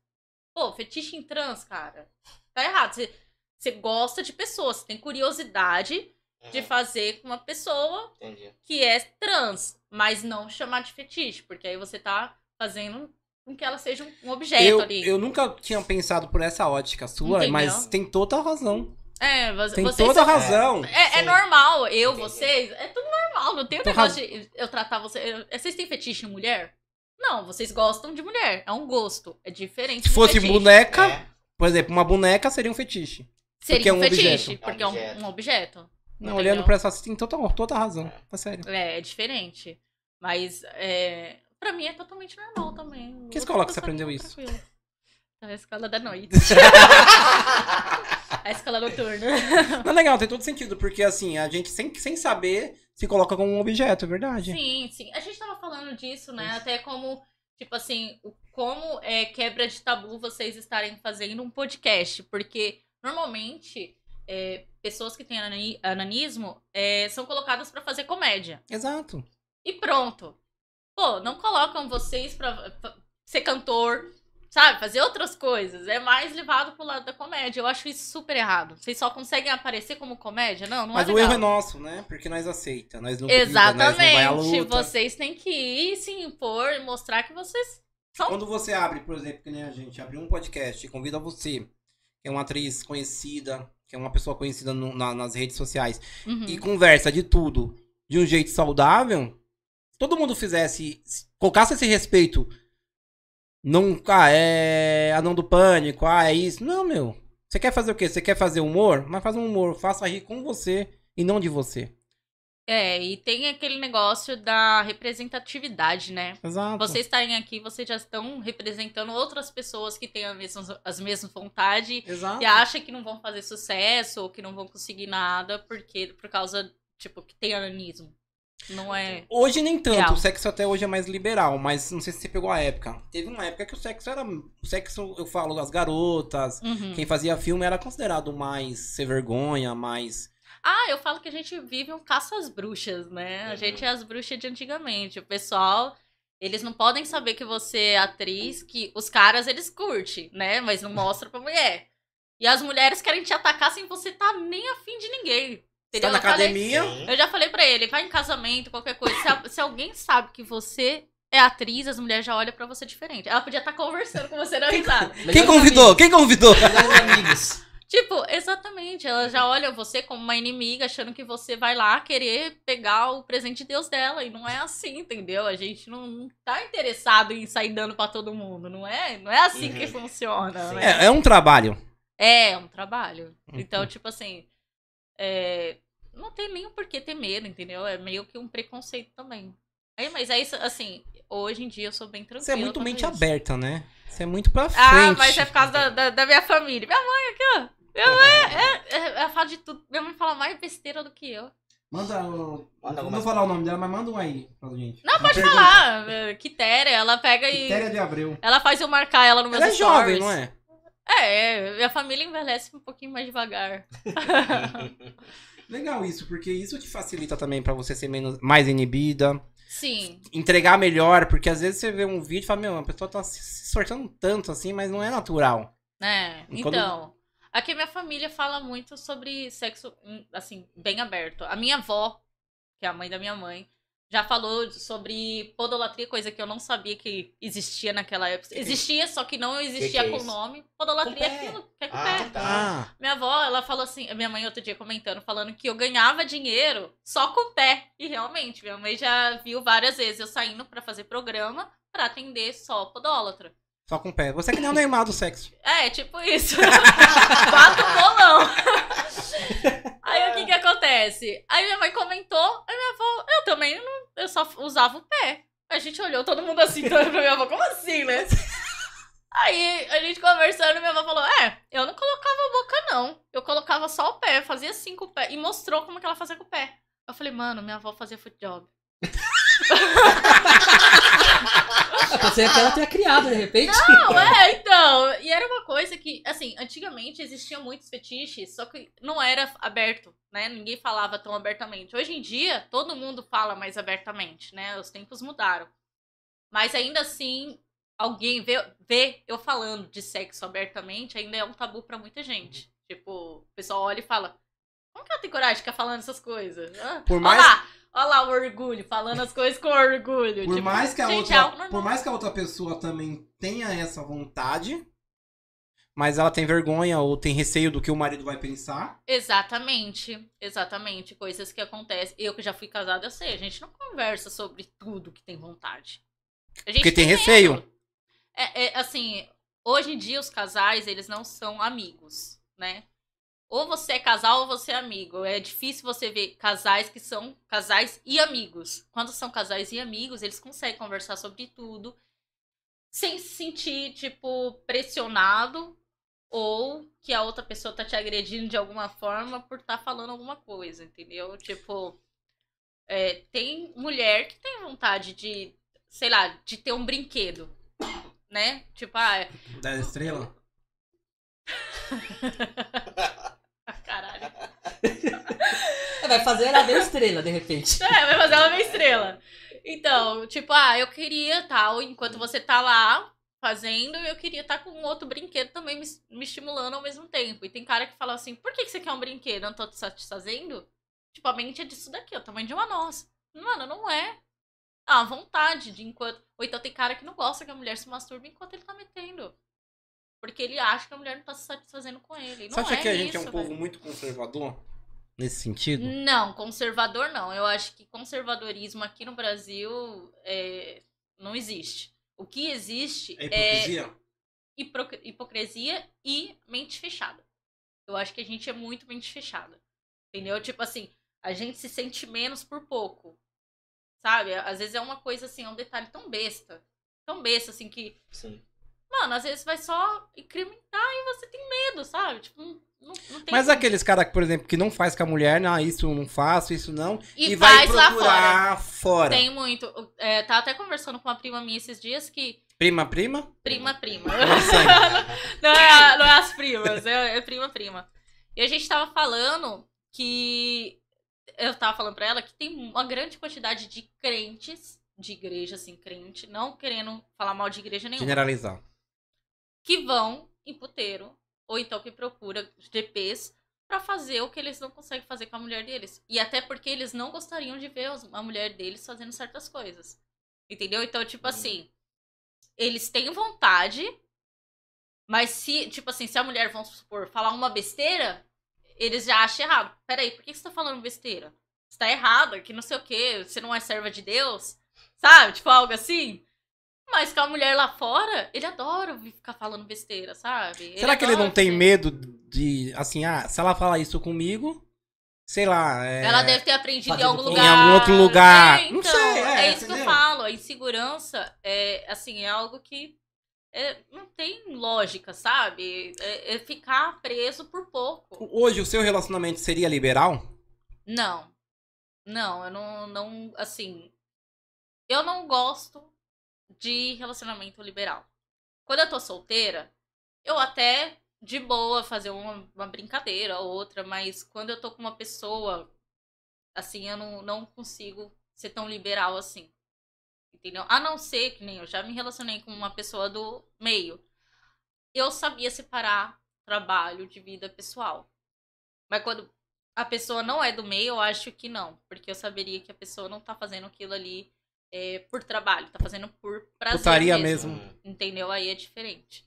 D: Pô, fetiche em trans, cara, tá errado. Você- Você gosta de pessoas, você tem curiosidade de fazer com uma pessoa
A: hum, Entendi.
D: que é trans, mas não chamar de fetiche, porque aí você tá fazendo com que ela seja um objeto
B: Eu,
D: ali.
B: eu nunca tinha pensado por essa ótica sua,
D: Entendeu?
B: mas tem toda a razão.
D: É, vo-
B: Tem
D: vocês
B: toda a
D: são-
B: razão.
D: É, é
A: Sim.
D: normal, eu,
A: Entendi.
D: vocês, é tudo normal, não tem um
B: Tô
D: negócio de eu tratar você. eu- é, Vocês têm fetiche em mulher? Não, vocês gostam de mulher, é um gosto, é diferente.
B: Se
D: do
B: fosse
D: fetiche.
B: boneca,
A: É.
B: por exemplo, uma boneca seria um fetiche. porque
D: seria
B: é
D: um
B: um
D: fetiche,
A: objeto.
D: porque
A: É
D: é
A: um
D: um, um objeto.
B: Não,
D: Entendeu?
B: olhando pra essa, você tem toda, toda a razão. Tá sério. (laughs)
D: É, é diferente. Mas é, pra mim é totalmente normal também.
B: Que
D: Eu
B: escola
D: sou
B: que você
D: uma pessoa
B: aprendeu
D: muito
B: isso?
D: tranquila. Na É escola da noite. A escola noturna.
B: Não, legal, tem todo sentido, porque assim, a gente sem, sem saber se coloca como um objeto, é verdade.
D: Sim, sim. A gente tava falando disso, né? Até como, tipo assim, o- como é quebra de tabu vocês estarem fazendo um podcast. Porque normalmente é, pessoas que têm anani- ananismo é, são colocadas pra fazer comédia.
B: Exato.
D: E pronto. Pô, não colocam vocês pra, pra ser cantor, sabe, fazer outras coisas. É mais levado pro lado da comédia. Eu acho isso super errado. Vocês só conseguem aparecer como comédia? Não, não
B: Mas
D: é
B: o
D: legal.
B: erro é nosso, né? Porque nós aceita, nós não duvida, nós não vai à
D: Exatamente.
B: luta.
D: vocês têm que ir se impor e mostrar que vocês são.
B: Quando você abre, por exemplo, que nem a gente abriu um podcast e convida você, que é uma atriz conhecida, que é uma pessoa conhecida no- na- nas redes sociais,
D: Uhum.
B: e conversa de tudo de um jeito saudável, se todo mundo fizesse, se colocasse esse respeito. Nunca é anão do pânico, ah, é isso. Não, meu. Você quer fazer o quê? Você quer fazer humor? Mas faz um humor, faça rir com você e não de você.
D: É, e tem aquele negócio da representatividade, né?
B: Exato.
D: Vocês estarem aqui, vocês já estão representando outras pessoas que têm a mesma- as mesmas vontades
B: Exato.
D: e acha que não vão fazer sucesso ou que não vão conseguir nada porque por causa tipo que tem ananismo não é
B: Hoje nem tanto,
D: Real.
B: o sexo até hoje é mais liberal, mas não sei se você pegou a época. Teve uma época que o sexo era. O sexo, eu falo, as garotas,
D: Uhum.
B: quem fazia filme era considerado mais ser vergonha, mais.
D: ah eu falo que a gente vive um caça às bruxas né
B: Uhum.
D: a gente é as bruxas de antigamente o pessoal eles não podem saber que você é atriz que os caras eles curtem né mas não mostra pra mulher e as mulheres querem te atacar sem você tá nem afim de ninguém
B: Você tá
D: entendeu?
B: na
D: Eu falei-
A: É,
B: academia.
D: Eu já falei pra ele, vai em casamento, qualquer coisa. Se, a- se alguém sabe que você é atriz, as mulheres já olham pra você diferente. Ela podia estar conversando com você na risada.
B: Quem convidou? Quem convidou?
C: Melhores amigos.
D: tipo, exatamente. Ela já olha você como uma inimiga, achando que você vai lá querer pegar o presente de Deus dela. E não é assim, entendeu? A gente não, não tá interessado em sair dando pra todo mundo. Não é, não é assim que
A: Uhum.
D: funciona.
A: Sim.
D: né?
B: É, é um trabalho.
D: É, é um trabalho.
B: Uhum.
D: Então, tipo assim, é, não tem nem o porquê ter medo, entendeu? É meio que um preconceito também. Aí, mas é isso, assim, hoje em dia eu sou bem tranquila.
B: Você é muito
D: quanto a
B: mente
D: isso.
B: aberta, né? Você é muito pra frente.
D: Ah, mas é por causa da, da- da minha família. Minha mãe aqui, ó. Minha mãe, é, é- ela fala de tudo. Minha mãe fala mais besteira do que eu.
B: Manda um.
A: Manda
B: não
A: uma-
B: vou falar o nome dela, mas manda um aí pra gente.
D: Não, pode (laughs) falar. é, Quitéria, ela pega e.
B: Quitéria de Abreu.
D: Ela faz eu marcar ela no meu
B: Ela é jovem, não é?
D: É, é, minha família envelhece um pouquinho mais
B: (laughs)
D: devagar.
B: Legal isso, porque isso te facilita também pra você ser menos, mais inibida.
D: Sim.
B: entregar melhor, porque às vezes você vê um vídeo e fala, meu, a pessoa tá se- se esforçando tanto assim, mas não é natural.
D: É,
B: E quando-
D: então. Aqui minha família fala muito sobre sexo, hum, assim, bem aberto. A minha avó, que é a mãe da minha mãe, já falou sobre podolatria, coisa que eu não sabia que existia naquela época. Existia, só que não existia
A: que é
D: com o
A: isso?
D: nome. Podolatria
A: Com
D: é
A: pé.
D: aquilo que é com o
A: Ah,
D: pé.
A: tá.
D: Minha avó, ela falou assim, minha mãe outro dia comentando, falando que eu ganhava dinheiro só com o pé. E realmente, minha mãe já viu várias vezes eu saindo pra fazer programa pra atender só podólatra.
B: só com o pé. Você é que nem o Neymar do sexo.
D: É, tipo isso. (laughs) Bata o bolão. Aí o que que acontece? Aí minha mãe comentou, aí minha avó, eu também não, eu só usava o pé. A gente olhou todo mundo assim, todo mundo pra minha avó, como assim, né? Aí a gente conversando, minha avó falou: É, eu não colocava a boca, não. Eu colocava só o pé, eu fazia assim com o pé. E mostrou como que ela fazia com o pé. Eu falei, mano, minha avó fazia foot job.
C: Pode ser que ela tenha criado, de repente.
D: Não, é, então. E era uma coisa que, assim, antigamente existiam muitos fetiches, só que não era aberto, né? Ninguém falava tão abertamente. Hoje em dia, todo mundo fala mais abertamente, né? Os tempos mudaram. Mas ainda assim, alguém vê, vê eu falando de sexo abertamente ainda é um tabu pra muita gente. Tipo, o pessoal olha e fala: como que ela tem coragem de ficar falando essas coisas? Ah,
B: Por
D: olha
B: mais-
D: lá, olha lá o orgulho, falando as coisas com orgulho.
B: Por
D: Tipo,
B: mais que a
D: gente, é algo
B: outra,
D: normal.
B: por mais que a outra pessoa também tenha essa vontade, mas ela tem vergonha ou tem receio do que o marido vai pensar.
D: Exatamente, exatamente. Coisas que acontecem. Eu que já fui casada, eu sei. A gente não conversa sobre tudo que tem vontade. A gente
B: Porque tem
D: medo.
B: receio.
D: É, é, assim, hoje em dia os casais, eles não são amigos, né? Ou você é casal ou você é amigo. É difícil você ver casais que são casais e amigos. Quando são casais e amigos, eles conseguem conversar sobre tudo sem se sentir, tipo, pressionado ou que a outra pessoa tá te agredindo de alguma forma por estar falando alguma coisa, entendeu? Tipo, é, tem mulher que tem vontade de, sei lá, de ter um brinquedo, né? Tipo, ah, (laughs)
B: Da estrela.
D: caralho.
C: (laughs) Vai fazer ela deu estrela, de repente.
D: É, vai fazer uma meia estrela. Então, tipo, ah, eu queria tal, enquanto você tá lá, fazendo e eu queria estar com um outro brinquedo também me, me estimulando ao mesmo tempo. E tem cara que fala assim: por que, que você quer um brinquedo? Eu não tô te satisfazendo? Tipo, a mente é disso daqui, o tamanho de uma noz. Mano, não é. Ah, a vontade de enquanto. Ou então tem cara que não gosta que a mulher se masturbe enquanto ele tá metendo. Porque ele acha que a mulher não tá se satisfazendo com ele. Não
B: Você acha
D: é
B: que a gente é um
D: isso,
B: povo
D: velho. Hum,
B: muito conservador? Nesse sentido?
D: Não, conservador não. Eu acho que conservadorismo aqui no Brasil é, não existe. O que existe
B: É
D: é
B: hipocrisia?
D: hipro- hipocrisia e mente fechada. Eu acho que a gente é muito mente fechada. Entendeu? Tipo assim, a gente se sente menos por pouco. Sabe? Às vezes é uma coisa assim, é um detalhe tão besta. Tão besta, assim, que.
A: Sim.
D: Mano, às vezes vai só incriminar e você tem medo, sabe? Tipo, não, não, não tem.
B: Mas aqueles caras, por exemplo, que não faz com a mulher, não, isso eu não faço, isso não.
D: E,
B: vai
D: faz lá fora.
B: procurar fora.
D: Tem muito. O- É, tá até conversando com uma prima minha esses dias que.
B: Prima, prima?
D: Prima, prima. (laughs)
B: Não sangue.
D: Não é, a- não é as primas, é, é prima, prima. E a gente tava falando que. Eu tava falando pra ela que tem uma grande quantidade de crentes, de igreja, assim, crente, não querendo falar mal de igreja nenhuma,
B: Generalizar.
D: que vão em puteiro, ou então que procura GPs pra fazer o que eles não conseguem fazer com a mulher deles. E até porque eles não gostariam de ver os- a mulher deles fazendo certas coisas. Entendeu? Então, tipo assim, eles têm vontade, mas se, tipo assim, se a mulher, vamos supor, falar uma besteira, eles já acham errado. Peraí, por que você tá falando besteira? Você tá errado, que não sei o quê, você não é serva de Deus, sabe? Tipo, algo assim. Mas com a mulher lá fora, ele adora ouvir ficar falando besteira, sabe?
B: Será que ele
D: adora
B: não tem
D: ser-
B: medo de, assim, ah, se ela falar isso comigo, sei lá, é...
D: Ela deve ter aprendido em
C: Fazer
D: algum
C: do- em
D: lugar.
B: algum outro lugar.
D: É,
B: Não
D: então,
B: sei, é,
D: é, isso que eu
B: entendeu?
D: falo. A insegurança é, assim, é algo que é, não tem lógica, sabe? É, é ficar preso por pouco.
B: Hoje o seu relacionamento seria liberal?
D: Não. Não, eu não, não, assim, eu não gosto de relacionamento liberal. Quando eu tô solteira, eu até de boa fazer uma, uma brincadeira ou outra, mas quando eu tô com uma pessoa, assim, eu não, não consigo ser tão liberal assim. Entendeu? A não ser que nem eu já me relacionei com uma pessoa do meio. Eu sabia separar trabalho de vida pessoal. Mas quando a pessoa não é do meio, eu acho que não. Porque eu saberia que a pessoa não tá fazendo aquilo ali é, por trabalho, tá fazendo por prazer.
B: Putaria
D: mesmo.
B: mesmo.
A: Hum,
D: Entendeu? Aí é diferente.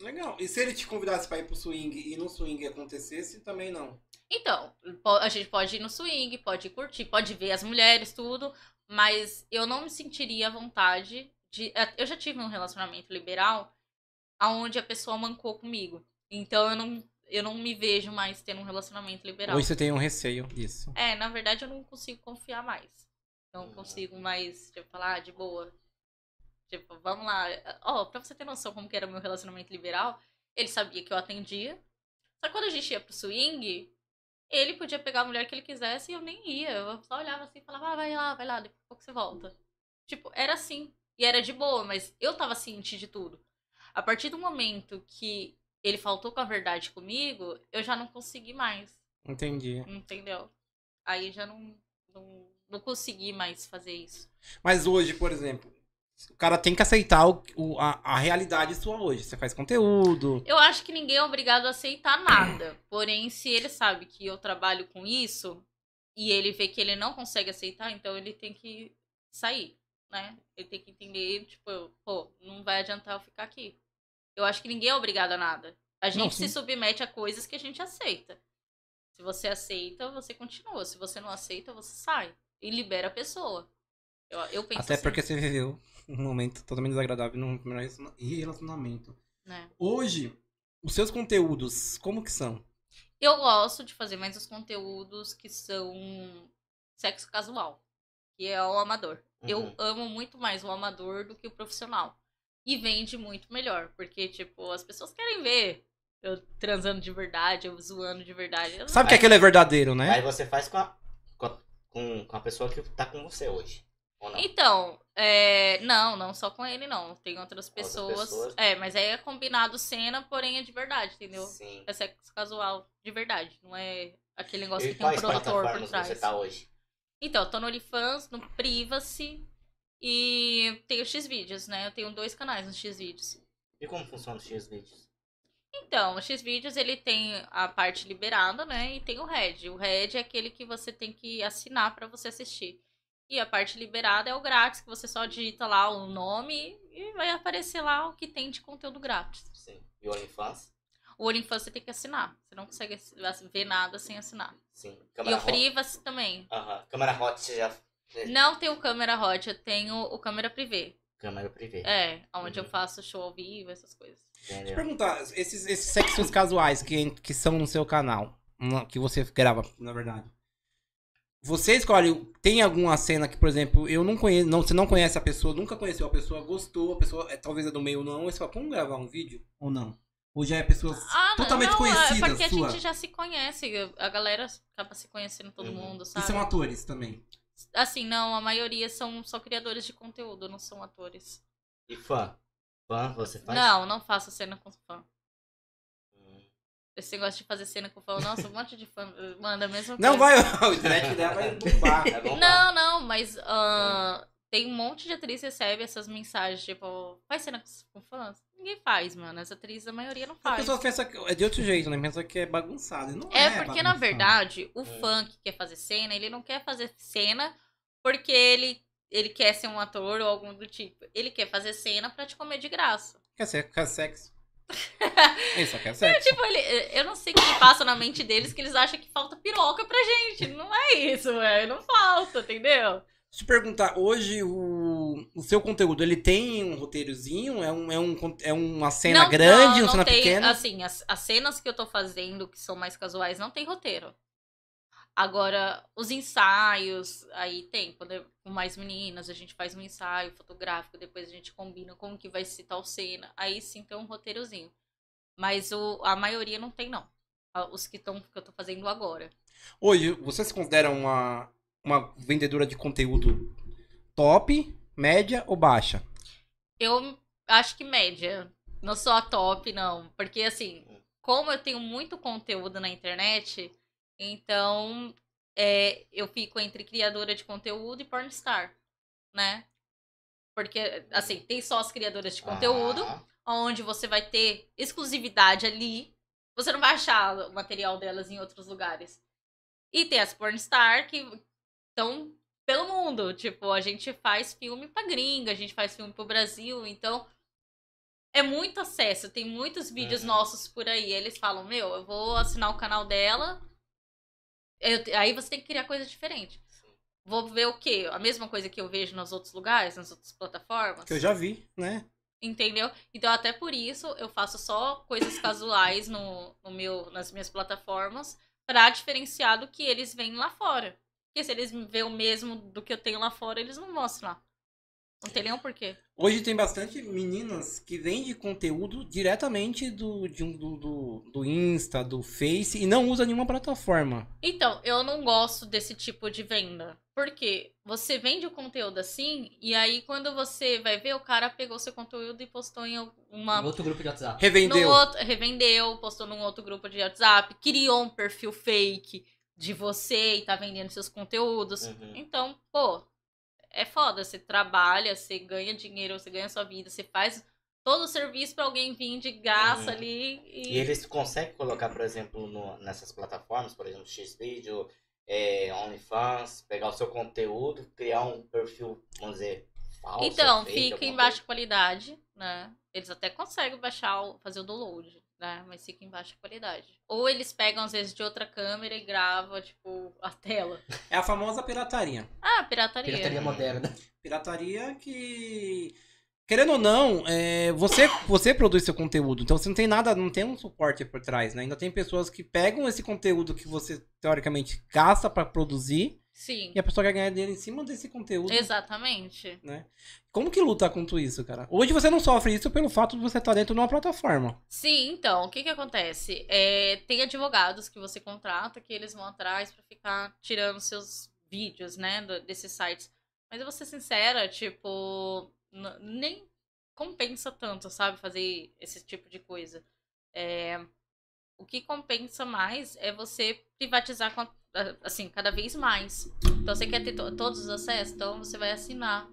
B: Legal. E se ele te convidasse pra ir pro swing e no swing acontecesse, também não.
D: Então, po- a gente pode ir no swing, pode curtir, pode ver as mulheres, tudo, mas eu não me sentiria à vontade de. é, Eu já tive um relacionamento liberal onde a pessoa mancou comigo. Então eu não, eu não me vejo mais tendo um relacionamento liberal.
B: Hoje você tem um receio disso.
D: É, na verdade eu não consigo confiar mais. Não consigo mais, tipo, falar ah, de boa. Tipo, vamos lá. Ó, pra você ter noção como que era o meu relacionamento liberal, ele sabia que eu atendia. Só que quando a gente ia pro swing, ele podia pegar a mulher que ele quisesse e eu nem ia. Eu só olhava assim e falava, ah, vai lá, vai lá, daqui a pouco você volta. Tipo, era assim. E era de boa, mas eu tava ciente de tudo. A partir do momento que ele faltou com a verdade comigo, eu já não consegui mais.
B: Entendi.
D: Entendeu? Aí já não, não, não consegui mais fazer isso.
B: Mas hoje, por exemplo, o cara tem que aceitar o- o- a, a realidade sua hoje. Você faz conteúdo.
D: Eu acho que ninguém é obrigado a aceitar nada. Porém, se ele sabe que eu trabalho com isso e ele vê que ele não consegue aceitar, então ele tem que sair, né? Ele tem que entender, tipo, pô, não vai adiantar eu ficar aqui. Eu acho que ninguém é obrigado a nada. A gente
B: Não, sim.
D: se submete a coisas que a gente aceita. Se você aceita, você continua. Se você não aceita, você sai. E libera a pessoa. Eu, eu penso
B: Até
D: assim,
B: porque você viveu um momento totalmente desagradável num primeiro relaciona- relacionamento.
D: né?
B: Hoje, os seus conteúdos, como que são?
D: Eu gosto de fazer mais os conteúdos que são sexo casual, que é o amador.
A: hum, Uhum.
D: Eu amo muito mais o amador do que o profissional. E vende muito melhor, porque, tipo, as pessoas querem ver eu transando de verdade, eu zoando de verdade. Eu-
B: Sabe que aquele é verdadeiro, né?
A: Aí você faz com a, com, a, com, com a pessoa que tá com você hoje. Ou não?
D: Então, é, não, não só com ele, não. Tem outras pessoas.
A: pessoas.
D: É, mas aí é combinado cena, porém é de verdade, entendeu?
A: Sim.
D: É sexo casual de verdade, não é aquele negócio
A: E
D: que tem um
A: quais tá
D: produtor por
A: plataformas
D: trás.
A: você tá hoje?
D: Então, eu tô no OnlyFans, no Privacy, E tem os X-Vídeos, né? Eu tenho dois canais nos X-Vídeos.
A: E como funciona os X-Vídeos?
D: Então, o X-Vídeos ele tem a parte liberada, né? E tem o Red. O Red é aquele que você tem que assinar para você assistir. E a parte liberada é o grátis, que você só digita lá o nome e vai aparecer lá o que tem de conteúdo grátis.
A: Sim. E o OnlyFans?
D: O OnlyFans você tem que assinar. Você não consegue ver nada sem assinar.
A: Sim.
D: e o Privacy também.
A: Aham. Câmera hot você já...
D: Não tem o câmera hot, eu tenho o câmera privê.
A: Câmera privê.
D: É, onde
A: Uhum.
D: eu faço show ao vivo, essas coisas.
B: Deixa eu
A: Entendeu?
B: perguntar, esses, esses sexos casuais que, que são no seu canal, na- que você grava, na verdade. Você escolhe, tem alguma cena que, por exemplo, eu não conheço, não, você não conhece a pessoa, nunca conheceu a pessoa, gostou, a pessoa é, talvez é do meio ou não, e você fala, vamos gravar um vídio ou não? Ou já é pessoas
D: Ah, não,
B: totalmente
D: não, é
B: conhecidas
D: porque
B: sua? É.
D: a gente já se conhece, a galera acaba se conhecendo todo
A: Uhum.
D: mundo,
B: E
D: sabe?
B: são atores também.
D: Assim, não, a maioria são só criadores de conteúdo, não são atores.
A: E fã? Fã você faz?
D: Não, não faço cena com fã.
A: Hum.
D: Esse negócio de fazer cena com fã, nossa, um monte de fã manda a mesma
B: Não
D: coisa.
B: vai, (laughs) o internet dela vai bombar.
D: (laughs)
A: É bom
D: Não, não, mas ah, tem um monte de atriz que recebe essas mensagens, tipo, faz cena com fãs? Ninguém faz, mano. As atrizes, a maioria não
B: A
D: faz.
B: pessoa pensa que é de outro jeito, né? Pensa que é bagunçado. e Não é,
D: É porque, na
B: bagunçado.
D: verdade, o
A: Hum.
D: fã que quer fazer cena, ele não quer fazer cena porque ele, ele quer ser um ator ou algum do tipo. Ele quer fazer cena pra te comer de graça. (laughs)
B: Quer ser, quer (laughs) sexo. Ele só quer sexo.
D: Tipo, ele- eu não sei o que passa na mente deles que eles acham que falta piroca pra gente. Não é isso, velho. Não falta, entendeu?
B: Se perguntar, hoje o, o seu conteúdo, ele tem um roteirozinho? É, um, é, um, con- é uma cena
D: não,
B: grande, uma
D: não, não
B: cena
D: tem,
B: pequena?
D: Assim, as, as cenas que eu tô fazendo, que são mais casuais, não tem roteiro. Agora, os ensaios, aí tem, quando é com mais meninas, a gente faz um ensaio fotográfico, depois a gente combina como que vai ser tal cena. Aí sim tem um roteirozinho. Mas o, a maioria não tem, não. A- Os que, tão, que eu tô fazendo agora.
B: Hoje, você se considera uma, uma vendedora de conteúdo top, média ou baixa?
D: Eu acho que média. Não sou a top, não. Porque, assim, como eu tenho muito conteúdo na internet, então é, eu fico entre criadora de conteúdo e pornstar, né? Porque, assim, tem só as criadoras de conteúdo,
A: Ah,
D: onde você vai ter exclusividade ali. Você não vai achar o material delas em outros lugares. E tem as pornstar que estão pelo mundo. Tipo, a gente faz filme pra gringa, a gente faz filme pro Brasil, então. É muito acesso, tem muitos vídeos
A: Uhum.
D: nossos por aí. Eles falam, meu, eu vou assinar o canal dela. Eu te- aí você tem que criar coisa diferente. Vou ver o quê? A mesma coisa que eu vejo nos outros lugares, nas outras plataformas.
B: Que eu já vi, né?
D: Entendeu? Então, até por isso, eu faço só coisas casuais no, no meu, nas minhas plataformas pra diferenciar do que eles veem lá fora. Porque se eles veem o mesmo do que eu tenho lá fora, eles não mostram lá. Não tem nenhum porquê.
B: Hoje tem bastante meninas que vendem conteúdo diretamente do, de um- do, do, do Insta, do Face, e não usa nenhuma plataforma.
D: Então, eu não gosto desse tipo de venda. Porque você vende o conteúdo assim, e aí quando você vai ver, o cara pegou seu conteúdo e postou em uma
C: Outro grupo de WhatsApp.
B: Revendeu.
D: No outro- revendeu, postou num outro grupo de WhatsApp, criou um perfil fake de você e tá vendendo seus conteúdos.
A: uhum.
D: Então, pô, é foda. Você trabalha, você ganha dinheiro, você ganha sua vida, você faz todo o serviço pra alguém vir de graça
A: Uhum.
D: ali e.
A: E eles conseguem colocar, por exemplo, no- nessas plataformas, por exemplo, Xvideo, é, OnlyFans, pegar o seu conteúdo, criar um perfil, vamos dizer, falso.
D: Então,
A: fake,
D: fica
A: alguma
D: em baixa qualidade, né? Eles até conseguem baixar, o- fazer o download, né? Mas fica em baixa qualidade. Ou eles pegam, às vezes, de outra câmera e gravam, tipo, a tela.
B: É a famosa pirataria.
D: Ah,
C: Pirataria moderna.
B: Pirataria que. Querendo ou não, é, você, você produz seu conteúdo, então você não tem nada, não tem um suporte por trás, né? Ainda tem pessoas que pegam esse conteúdo que você teoricamente gasta pra produzir
D: Sim.
B: e a pessoa quer ganhar dinheiro em cima desse conteúdo.
D: Exatamente.
B: Como que luta contra isso, cara? Hoje você não sofre isso pelo fato de você estar dentro de uma plataforma.
D: Sim, então, o que que acontece? É, tem advogados que você contrata que eles vão atrás pra ficar tirando seus vídeos, né, do- desses sites. Mas eu vou ser sincera, tipo, n- nem compensa tanto, sabe, fazer esse tipo de coisa. É, o que compensa mais é você privatizar, com a- assim, cada vez mais. Então, você quer ter to- todos os acessos? Então, você vai assinar.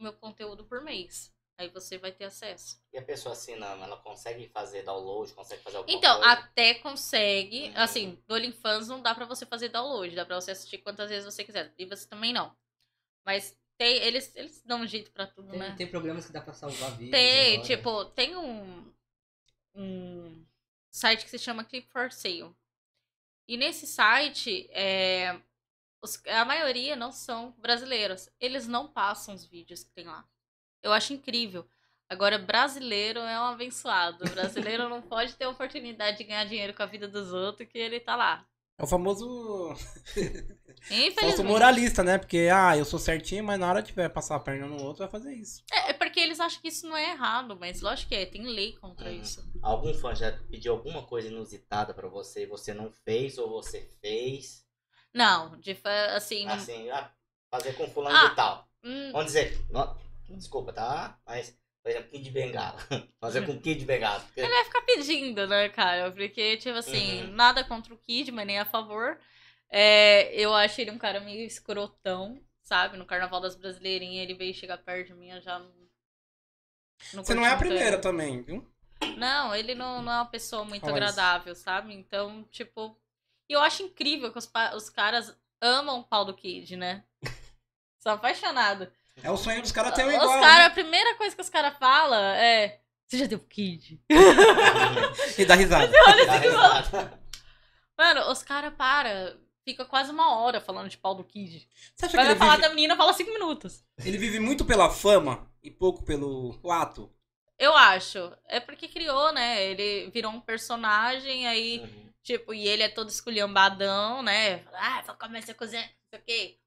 D: meu conteúdo por mês. Aí você vai ter acesso.
A: E a pessoa assinando, ela consegue fazer download, consegue fazer alguma
D: Então,
A: coisa?
D: até consegue.
A: Uhum.
D: Assim, do OnlyFans não dá pra você fazer download, dá pra você assistir quantas vezes você quiser. E você também não. Mas tem, eles, eles dão um jeito pra tudo,
C: Tem,
D: né?
C: tem programas que dá pra salvar vídeos.
D: Tem,
C: agora.
D: tipo, tem um, um site que se chama Clip for Sale. E nesse site, é, os- a maioria não são brasileiros. Eles não passam os vídeos que tem lá. Eu acho incrível. Agora, brasileiro é um abençoado. Brasileiro não pode ter a oportunidade de ganhar dinheiro com a vida dos outros que ele tá lá.
B: É o famoso, famoso
D: Infelizmente.
B: moralista, né? Porque, ah, eu sou certinho, mas na hora que vai passar a perna no outro, vai fazer isso.
D: É, é porque eles acham que isso não é errado, mas lógico que é. Tem lei contra
A: Uhum.
D: isso.
A: Algum fã já pediu alguma coisa inusitada pra você e você não fez ou você fez?
D: Não, de, fa- assim... não-
A: Assim, ah, fazer com fulano
D: Ah.
A: de tal.
D: hum,
A: Vamos dizer, não- desculpa, tá? Mas, por exemplo, Kid Bengala. (laughs) fazer com Kid Bengala. Porque...
D: Ele vai ficar pedindo, né, cara? Porque, tipo assim,
A: Uhum.
D: nada contra o Kidman, nem a favor. É, eu acho ele um cara meio escrotão, sabe? No Carnaval das Brasileirinhas, ele veio chegar perto de mim, eu já... não-
B: Você não é a
D: curti muito ele.
B: primeira também, viu?
D: Não, ele não, não é uma pessoa muito
B: Fala isso.
D: agradável, sabe? Então, tipo... E eu acho incrível que os, pa- os caras amam o pau do Kid,
B: (laughs)
D: né? São apaixonados.
B: É o sonho dos caras
D: Os
B: ter um igual.
D: caras, a primeira coisa que os caras falam é... Você já deu pro Kid?
B: né? E dá risada.
A: Dá risada.
D: Mano, os caras para, fica quase uma hora falando de pau do Kid.
B: Você acha que
D: Vai
B: ele
D: falar
B: vive,
D: da menina, fala cinco minutos.
B: ele vive muito pela fama e pouco pelo o ato?
D: Eu acho. É porque criou, né? Ele virou um personagem, aí,
A: Uhum.
D: tipo, e ele é todo esculhambadão, né? Ah, vou começar a cozinhar, não sei o quê.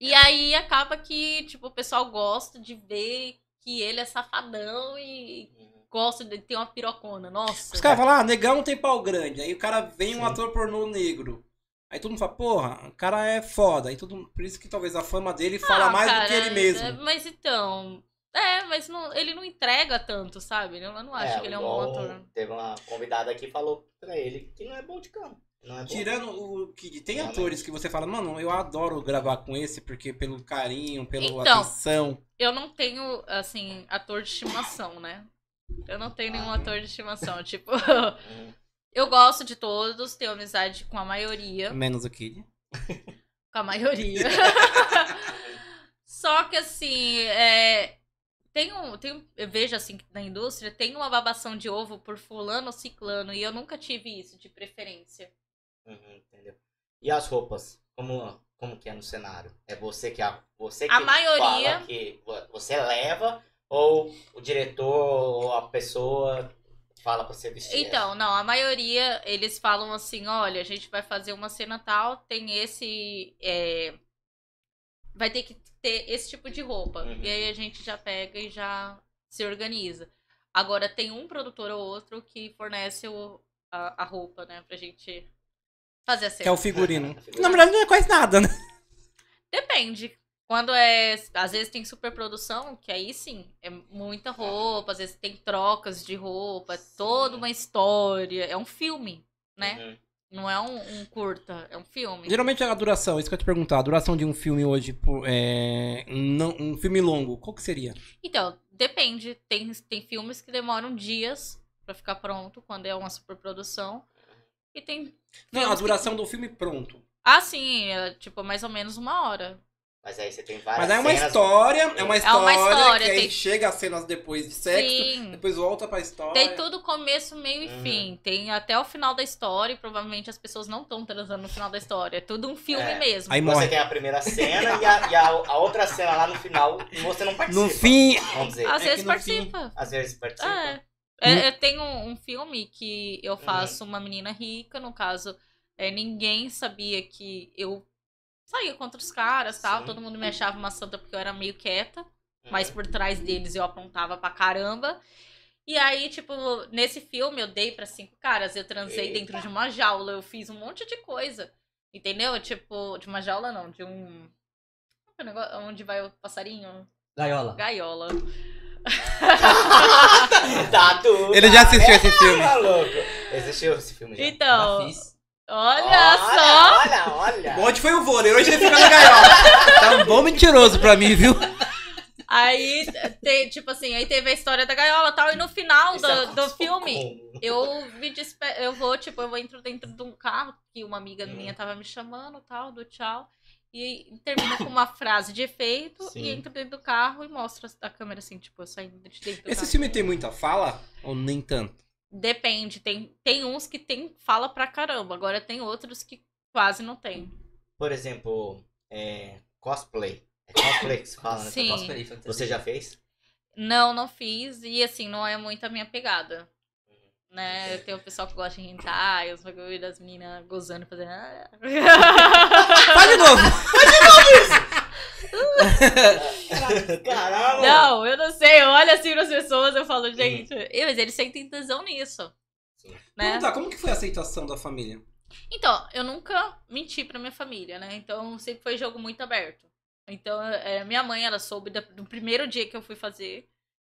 D: E
B: É.
D: aí acaba que, tipo, o pessoal gosta de ver que ele é safadão e gosta de ter uma pirocona. Nossa.
B: Os caras falam, ah, negão tem pau grande. Aí o cara vem um
A: Sim.
B: ator pornô negro. Aí todo mundo fala, porra, o cara é foda. Aí todo mundo- Por isso que talvez a fama dele fala
D: Ah,
B: mais do que
D: cara,
B: ele mesmo.
D: é, Mas então. É, mas não- ele não entrega tanto, sabe? Eu não acho
A: É,
D: que ele é um
A: igual
D: bom ator.
A: Teve uma convidada que falou pra ele que não é bom de cama. Não é bom.
B: Tirando o Kid, tem
A: Realmente.
B: atores que você fala, mano, eu adoro gravar com esse, porque pelo carinho, pela
D: Então.
B: atenção.
D: Eu não tenho, assim, ator de estimação, né? Eu não tenho nenhum ator de estimação. tipo, (laughs)
A: Uhum.
D: eu gosto de todos, tenho amizade com a maioria.
B: Menos o Kid.
D: Com
B: (laughs)
D: a maioria. Só que, assim, é, tem um, tem um- eu vejo, assim, que na indústria, tem uma babação de ovo por fulano ou ciclano. E eu nunca tive isso de preferência.
B: É
A: Uhum, entendeu? E as roupas? Como, como que é no cenário? É você que a você que
D: A maioria-
A: fala que vo- você leva ou o diretor ou a pessoa fala pra você vestir?
D: Então, não, a maioria eles falam assim: olha, a gente vai fazer uma cena tal, tem esse. é, vai ter que ter esse tipo de roupa.
A: Uhum.
D: E aí a gente já pega e já se organiza. Agora, tem um produtor ou outro que fornece o- a, a roupa, né, pra gente fazer a
B: Que é
D: cena.
B: o figurino.
A: Figurino.
B: Na verdade, não é quase nada, né?
D: Depende. Quando é. Às vezes tem superprodução, que aí sim, é muita roupa, às vezes tem trocas de roupa, é toda uma história. É um filme, né?
A: Uhum.
D: Não é um, um curta, é um filme.
B: Geralmente a duração, é isso que eu ia te perguntar, a duração de um filme hoje, por- é, não- um filme longo, qual que seria?
D: Então, depende. Tem, tem filmes que demoram dias pra ficar pronto, quando é uma superprodução. E tem.
B: Não, a
D: filmes que-
B: duração do filme pronto.
D: Ah, sim, é tipo mais ou menos uma hora.
A: Mas aí você tem várias
B: Mas aí é uma
A: cenas-
B: história, é uma história,
D: história,
B: que aí
D: tem-
B: chega as cenas depois de sexo,
D: Sim.
B: depois volta pra história.
D: Tem tudo começo, meio e
A: Uhum.
D: fim. Tem até o final da história e provavelmente as pessoas não estão transando no final da história. É tudo um filme
A: É.
D: mesmo.
B: Aí
A: Você
B: morre.
A: tem a primeira cena e, a, e a, a outra cena lá no final e você não participa.
B: No fim,
A: Vamos dizer.
B: é
D: Às
B: que
D: vezes
B: no
D: participa.
A: Às vezes participa.
D: É.
B: Hum.
D: É, é, tem um, um filme que eu faço uma menina rica, no caso, é, ninguém sabia que eu saía contra os caras tal.
A: Sim.
D: Todo mundo me achava uma santa porque eu era meio quieta,
A: Uhum.
D: mas por trás deles eu aprontava pra caramba. E aí, tipo, nesse filme eu dei pra cinco caras, eu transei
A: Eita.
D: dentro de uma jaula, eu fiz um monte de coisa. Entendeu? Tipo, de uma jaula não, de um. como que é o negócio? Onde vai o passarinho?
C: Gaiola.
D: Gaiola.
A: (laughs) Tá tudo.
B: ele já assistiu esse filme.
A: maluco. Existiu esse filme já.
D: Então,
C: Já fiz.
D: olha, só!
A: olha só! Olha, olha!
B: (laughs) Ontem foi o vôlei, hoje ele fica na gaiola. Tá um bom mentiroso pra mim, viu?
D: Aí, te- tipo assim, aí teve a história da gaiola e tal, e no final Então,
A: é
D: do,
A: um
D: do filme, eu me despe... eu vou, tipo, eu entro dentro de um carro que uma amiga minha tava me chamando, tal, do tchau. E termina com uma frase de efeito
A: Sim.
D: e entro dentro do carro e mostra a câmera assim, tipo, eu saindo de dentro do
B: Esse
D: carro.
B: filme tem muita fala? Ou nem tanto?
D: Depende, tem, tem uns que tem fala pra caramba, agora tem outros que quase não tem.
A: Por exemplo, é, cosplay. É cosplay que se fala, né?
D: Sim.
C: Cosplay, fantasia.
A: Você já fez?
D: Não, não fiz, e assim, não é muito a minha pegada. Né? Tem o pessoal que gosta de hentai, os bagulho das meninas gozando, fazendo. "Ah".
B: (laughs) Faz de novo!
A: Caramba!
D: (laughs) Não, eu não sei. Eu olho assim pras pessoas eu falo, gente, eu- mas eles sentem tesão nisso.
A: Sim.
D: Né?
B: Perguntar, como que foi a aceitação da família?
D: Então, eu nunca menti pra minha família, né? Então sempre foi jogo muito aberto. Então, é, minha mãe, ela soube da- do primeiro dia que eu fui fazer,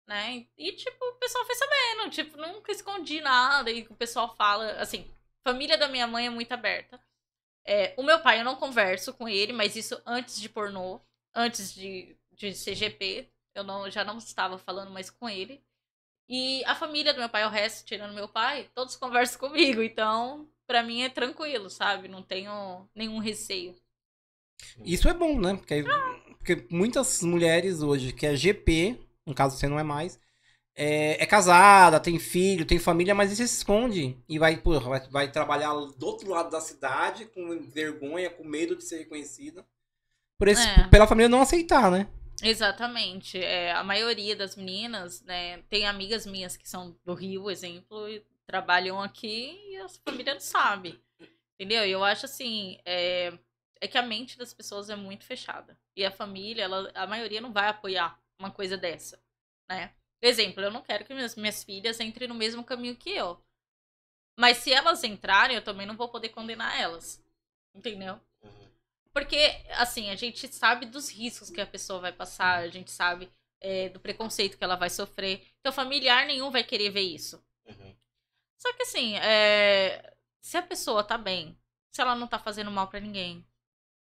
D: né? E, tipo, o pessoal foi sabendo, tipo, nunca escondi nada. E o pessoal fala, assim, família da minha mãe é muito aberta. É, o meu pai, eu não converso com ele, mas isso antes de pornô, antes de, de CGP, eu não, já não estava falando mais com ele. E a família do meu pai, o resto, tirando meu pai, todos conversam comigo. Então, pra mim é tranquilo, sabe? Não tenho nenhum receio.
B: Isso é bom, né? Porque, aí- porque muitas mulheres hoje, que é GP, no caso você não é mais, é, é casada, tem filho, tem família, mas isso se esconde e vai, pô, vai, vai trabalhar do outro lado da cidade com vergonha, com medo de ser reconhecida. Por esse,
D: É.
B: Pela família não aceitar, né?
D: Exatamente. É, a maioria das meninas, né? Tem amigas minhas que são do Rio, exemplo, e trabalham aqui e a família não sabe. Entendeu? E eu acho assim. É, é que a mente das pessoas é muito fechada. E a família, ela, a maioria não vai apoiar uma coisa dessa, né? Exemplo, eu não quero que minhas, minhas filhas entrem no mesmo caminho que eu. Mas se elas entrarem, eu também não vou poder condenar elas. Entendeu?
A: Uhum.
D: Porque, assim, a gente sabe dos riscos que a pessoa vai passar, a gente sabe é, do preconceito que ela vai sofrer. Então, familiar nenhum vai querer ver isso.
A: Uhum.
D: Só que, assim, é, se a pessoa tá bem, se ela não tá fazendo mal pra ninguém,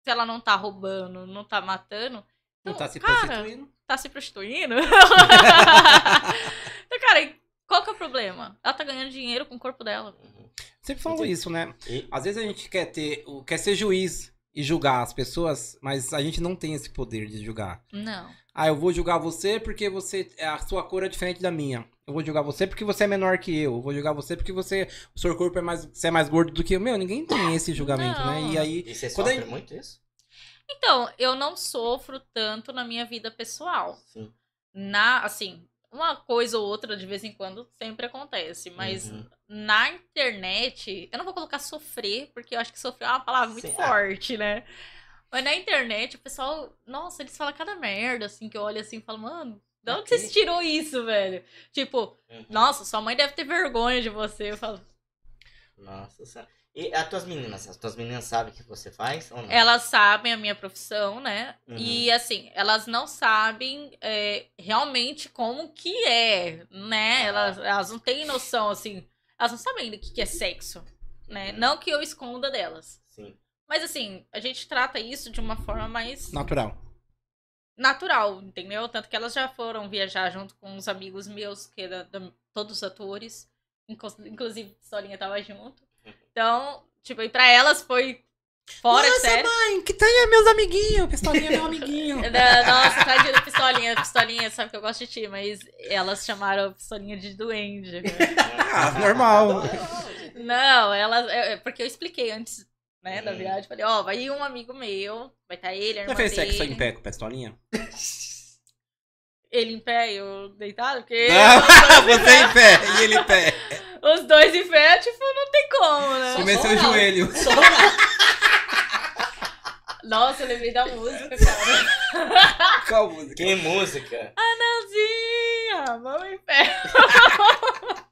D: se ela não tá roubando, não tá matando,
B: Não
D: Então,
B: tá se
D: cara,
B: prostituindo.
D: tá se prostituindo? então, cara, qual que é o problema? Ela tá ganhando dinheiro com o corpo dela.
A: Uhum.
B: Sempre falo
A: Entendi.
B: isso, né?
A: E-
B: Às vezes a gente quer ter, o- quer ser juiz e julgar as pessoas, mas a gente não tem esse poder de julgar.
D: Não.
B: Ah, eu vou julgar você porque você a sua cor é diferente da minha. Eu vou julgar você porque você é menor que eu. Eu vou julgar você porque você o seu corpo é mais você é mais gordo do que eu. Meu, ninguém tem esse julgamento,
D: Não.
B: né? E aí
A: E você
B: Quando
A: sofre
B: a-
A: muito isso?
D: Então, eu não sofro tanto na minha vida pessoal.
A: Sim.
D: Na, assim, uma coisa ou outra de vez em quando sempre acontece, mas
A: Uhum.
D: na internet, eu não vou colocar sofrer, porque eu acho que sofrer é uma palavra muito
A: Será?
D: forte, né? Mas na internet, o pessoal, nossa, eles falam cada merda, assim, que eu olho assim e falo, mano, de onde
A: Ok.
D: vocês tirou isso, velho? Tipo,
A: Uhum.
D: nossa, sua mãe deve ter vergonha de você. Eu falo,
A: Nossa senhora. E as tuas meninas? As tuas meninas sabem o que você faz ou não?
D: Elas sabem a minha profissão, né?
A: Uhum.
D: E assim, elas não sabem é, realmente como que é,
A: Ah.
D: né? Elas, elas não têm noção, assim, elas não sabem do que, que é sexo, né?
A: Uhum.
D: Não que eu esconda delas.
A: Sim.
D: Mas assim, a gente trata isso de uma forma mais
B: natural.
D: natural, entendeu? Tanto que elas já foram viajar junto com uns amigos meus, que era da- todos os atores. Inclu- Inclusive, Solinha tava junto.
A: Uhum.
D: Então, tipo, e pra elas foi fora de
B: Nossa,
D: série.
B: mãe, que tem é meus amiguinhos, pistolinha é meu amiguinho.
D: Da- Nossa, tadinha da pistolinha. Pistolinha, sabe que eu gosto de ti, mas elas chamaram a pistolinha de duende. né?
B: (laughs) Ah, normal.
D: Não, elas. é- é porque eu expliquei antes, né, da
A: Hum.
D: viagem. Falei, ó, vai ir um amigo meu, vai estar ele, a irmã
B: Já Uhum. fez
D: dele.
B: sexo em pé com pistolinha?
D: Ele em pé e eu deitado,
B: (laughs)
D: porque.
B: Não, Ah, você em pé e ele em pé.
D: Os dois em pé, tipo, não tem como, né?
B: Comecei o
C: (laughs) Não, não.
B: joelho. (laughs)
C: Só uma-
D: Nossa, eu lembrei
B: (laughs)
D: da música, cara.
B: Qual música?
A: Que música?
D: Mãozinha, mão em pé. (laughs)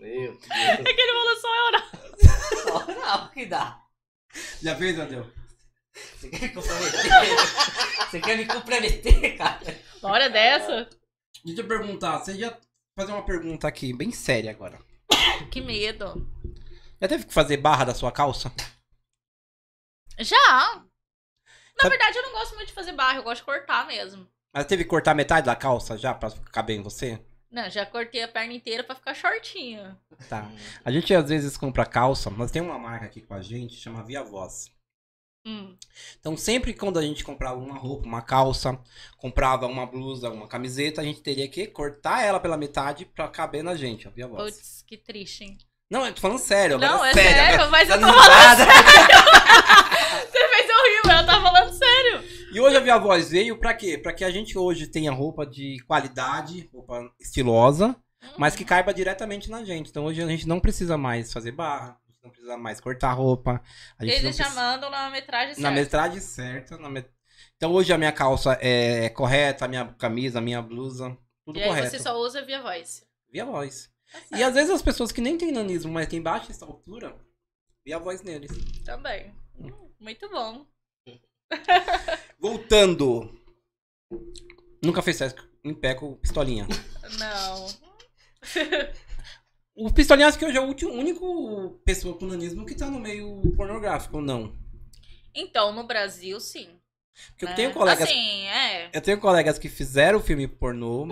A: Meu Deus. (laughs)
D: Aquele maluco só eu não.
C: só uma que dá.
B: Já fez, André?
C: Você quer me comprometer? Você quer me comprometer, cara?
D: Uma hora dessa?
B: Deixa eu perguntar, você já fazer uma pergunta aqui, bem séria agora.
D: Que medo.
B: Já teve que fazer barra da sua calça?
D: Já. Na
B: Sabe-
D: verdade, eu não gosto muito de fazer barra, eu gosto de cortar mesmo.
B: Mas teve que cortar metade da calça já pra caber em você?
D: Não, já cortei a perna inteira pra ficar shortinho.
B: Tá. A gente às vezes compra calça, mas tem uma marca aqui com a gente, chama Via Voz.
D: Hum.
B: Então sempre quando a gente comprava uma roupa, uma calça, comprava uma blusa, uma camiseta, a gente teria que cortar ela pela metade pra caber na gente, ó, Via Voz.
D: Putz, que triste, hein?
B: Não, eu tô falando sério, agora
D: Não, é
B: sério.
D: sério,
B: agora- tá
D: mas eu tô
B: dando
D: falando
B: risada.
D: Você fez eu rir, mas é eu tava tá falando sério.
B: E hoje a Via Voz veio pra quê? Pra que a gente hoje tenha roupa de qualidade, roupa estilosa, mas que caiba diretamente na gente. Então hoje a gente não precisa mais fazer barra, a gente não precisa mais cortar roupa. A gente não
D: Eles já
B: precisa...
D: mandam na metragem
B: Na é
D: certa.
B: metragem certa. na met- Então hoje a minha calça é correta, a minha camisa, a minha blusa, tudo
D: E aí
B: correto.
D: você só usa via voz.
B: Via Voz.
D: Tá certo.
B: E às vezes as pessoas que nem têm nanismo, mas têm baixa estatura, Via Voz neles.
D: Também. Hum, Muito bom.
B: Voltando. Nunca fez sexo em pé com
D: (laughs)
B: pistolinha.
D: Não.
B: O Pistolinha acho que hoje é o último, único pessoa com nanismo que tá no meio pornográfico, ou não.
D: Então, no Brasil, sim.
B: Porque eu
D: né?
B: tenho colegas.
D: Assim, é.
B: Eu tenho colegas que fizeram o filme pornô,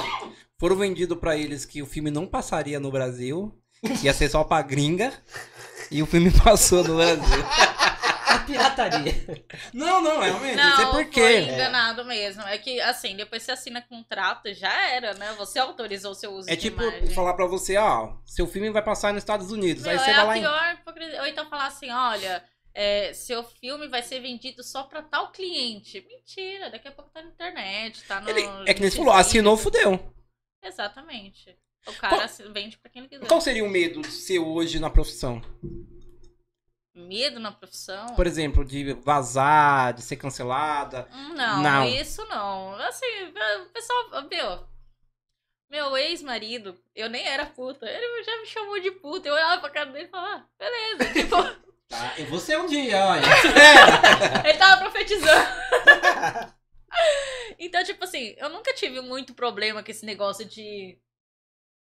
B: foram vendido pra eles que o filme não passaria no
D: (laughs)
B: Brasil, que ia ser só pra gringa, e o filme (laughs) passou no Brasil.
C: A pirataria.
B: Não, não, realmente, não,
D: Não,
B: sei por
D: foi
B: quê.
D: enganado mesmo. É que, assim, depois você assina contrato, já era, né? Você autorizou o seu uso
B: É
D: de
B: tipo
D: imagem.
B: falar pra você, ó, seu filme vai passar nos Estados Unidos, aí
D: Meu,
B: você
D: é
B: vai
D: a
B: lá em...
D: pior hipocrisia. Ou então falar assim, olha, é, seu filme vai ser vendido só pra tal cliente. Mentira, daqui a pouco tá na internet, tá no...
B: Ele- é que nem você falou, assinou, fudeu.
D: Exatamente. O cara vende pra quem ele quiser.
B: Qual seria o medo seu hoje na profissão?
D: Medo na profissão?
B: Por exemplo, de vazar, de ser cancelada.
D: Hum, Não,
B: Não.
D: isso não. Assim, o pessoal, meu, meu ex-marido, eu nem era puta, ele já me chamou de puta. Eu olhava pra cara dele e falava, ah, beleza. Tipo,
B: Tá, eu vou ser um dia,
D: (laughs)
B: olha. É,
D: ele tava profetizando. (laughs) Então, tipo assim, eu nunca tive muito problema com esse negócio de.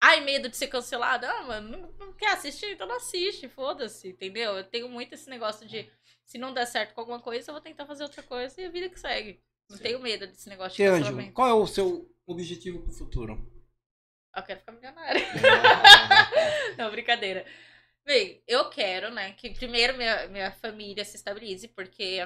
D: Ai, medo de ser cancelado. Ah, mano, não, não quer assistir? Então não assiste, foda-se, entendeu? Eu tenho muito esse negócio de se não der certo com alguma coisa, eu vou tentar fazer outra coisa e a vida que segue. Não tenho medo desse negócio de
B: Angelo,
D: cancelamento.
B: qual é o seu objetivo pro futuro?
D: Eu quero ficar milionária. (laughs) Não, brincadeira. Bem, eu quero, né, que primeiro minha, minha família se estabilize, porque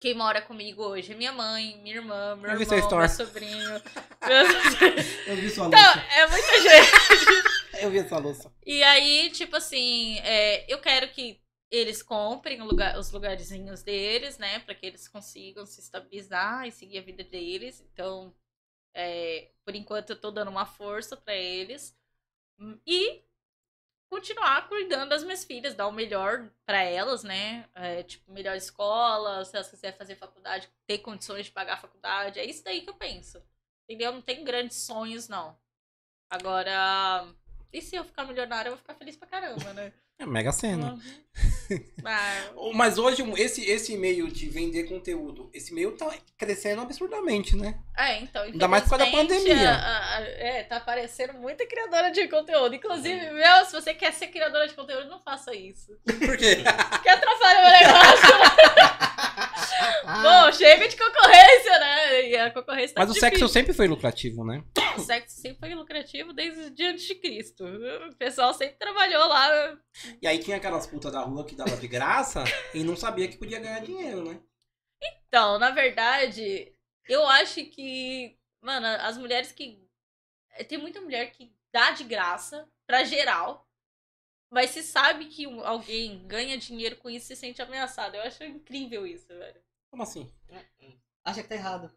D: quem mora comigo hoje é minha mãe, minha irmã, meu
B: Eu vi
D: irmão,
B: sua
D: meu sobrinho. meus-
B: Eu vi sua
D: (laughs) então, é muita gente.
B: Eu vi sua louça.
D: E aí, tipo assim, é, eu quero que eles comprem o lugar- os lugarzinhos deles, né, pra que eles consigam se estabilizar e seguir a vida deles. Então, é, por enquanto eu tô dando uma força pra eles Hum, e continuar cuidando das minhas filhas, dar o melhor pra elas, né? É, tipo, melhor escola, se elas quiserem fazer faculdade, ter condições de pagar a faculdade. É isso daí que eu penso. Entendeu? Não tem grandes sonhos, não. Agora, e se eu ficar milionária, eu vou ficar feliz pra caramba, né?
B: (laughs)
D: Uhum.
B: É mega cena.
D: Ah,
B: Mas hoje, um, esse, esse meio de vender conteúdo, esse meio tá crescendo absurdamente, né?
D: É, então.
B: Ainda mais por causa da
D: infelizmente,
B: pandemia.
D: a- a- é, tá aparecendo muita criadora de conteúdo. Inclusive, meu, se você quer ser criadora de conteúdo, não faça isso.
B: (laughs) Por quê?
D: Porque atrapalha o meu
B: (laughs)
D: negócio. Bom, chega de concorrência, né? E a concorrência tá
B: Mas o sexo
D: difícil.
B: sempre foi lucrativo, né?
D: O sexo sempre foi lucrativo desde o dia antes de Cristo. O pessoal sempre trabalhou lá.
B: E aí tinha aquelas putas da rua que dava de graça e não sabia que podia ganhar dinheiro, né?
D: Então, na verdade, eu acho que, mano, as mulheres que. eh, Tem muita mulher que dá de graça pra geral, mas se sabe que um- alguém ganha dinheiro com isso e se sente ameaçado. Eu acho incrível isso, velho.
B: Como assim?
C: Acha que tá errado.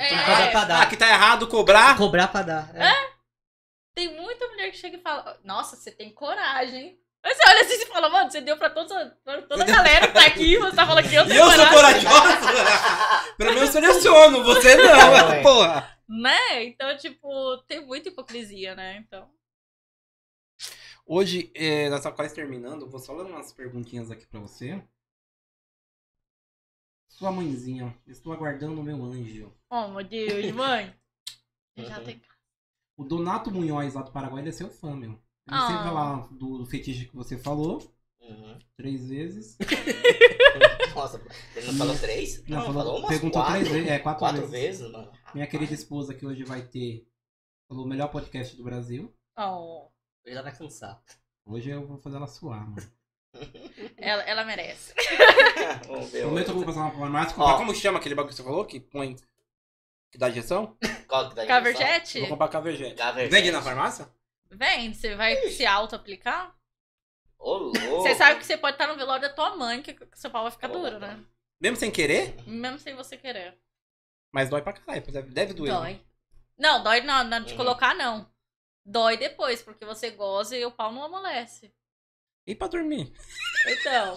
D: É,
C: Então,
D: é,
C: cada pa-
B: Ah, que tá errado cobrar.
C: Cobrar pra dar. É.
D: tem muita mulher que chega e fala: Nossa, você tem coragem. hein?" Aí você olha assim e fala: Mano, você deu pra toda, pra toda a galera
B: (laughs)
D: que tá aqui, você tá falando que eu
B: E
D: tenho
B: eu sou
D: coragem.
B: corajosa? (laughs) Pelo menos eu seleciono, você (laughs) não,
A: É.
B: porra.
D: Né? Então, tipo, tem muita hipocrisia, né? Então.
B: Hoje, é, nós estamos quase terminando, vou só ler umas perguntinhas aqui pra você. Sua mãezinha, estou aguardando o meu anjo.
D: Oh, meu
B: (laughs)
D: Deus, mãe. Já
C: Uhum.
D: tem.
B: O Donato Munhoz, lá do Paraguai, ele é seu fã, meu. Ele
D: Ah.
B: sempre fala do, do fetiche que você falou.
A: Uhum.
B: Três vezes.
A: (laughs) Nossa, ele não falou três? Não, falou umas
B: perguntou
A: quatro.
B: três vezes. É, quatro,
A: Quatro
B: vezes.
A: vezes, mano.
B: Minha querida esposa que hoje vai ter falou o melhor podcast do Brasil.
D: Oh,
C: Hoje ela vai cansar.
B: Hoje eu vou fazer ela suar, mano.
D: ela, ela merece.
A: Vamos ver.
B: Prometo que eu vou passar uma farmácia.
A: Ó.
B: Comprar, como chama aquele bagulho que você falou? Que põe. Que dá injeção?
A: Qual que dá injeção?
B: Eu
D: Caverjete?
B: vou comprar cavejete.
A: Caverjete.
B: Vende na farmácia?
D: Vende, você vai se auto-aplicar?
A: Ô, louco.
D: Você sabe que você pode estar no velório da tua mãe, que que seu pau vai ficar duro, né?
B: Mesmo sem querer?
D: Mesmo sem você querer.
B: Mas dói pra caralho. Deve, deve doer. né?
D: Dói. Não, dói não, não de
A: Uhum.
D: colocar, não. Dói depois, porque você goza e o pau não amolece.
B: E
A: (laughs)
B: pra dormir?
D: Então,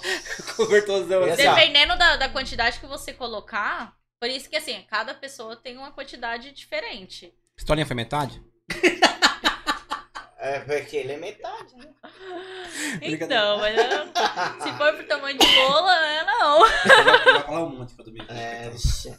B: Cobertorzão assim.
A: Exato.
B: ó.
D: dependendo da, da quantidade que você colocar, por isso que assim, cada pessoa tem uma quantidade diferente.
B: Pistolinha
A: (laughs)
B: foi metade?
A: É porque ele é metade, (laughs) né?
D: Então, mas eu- se for pro tamanho de bola, né? Não.
B: Vai falar um monte pra dormir.
A: É, vixe.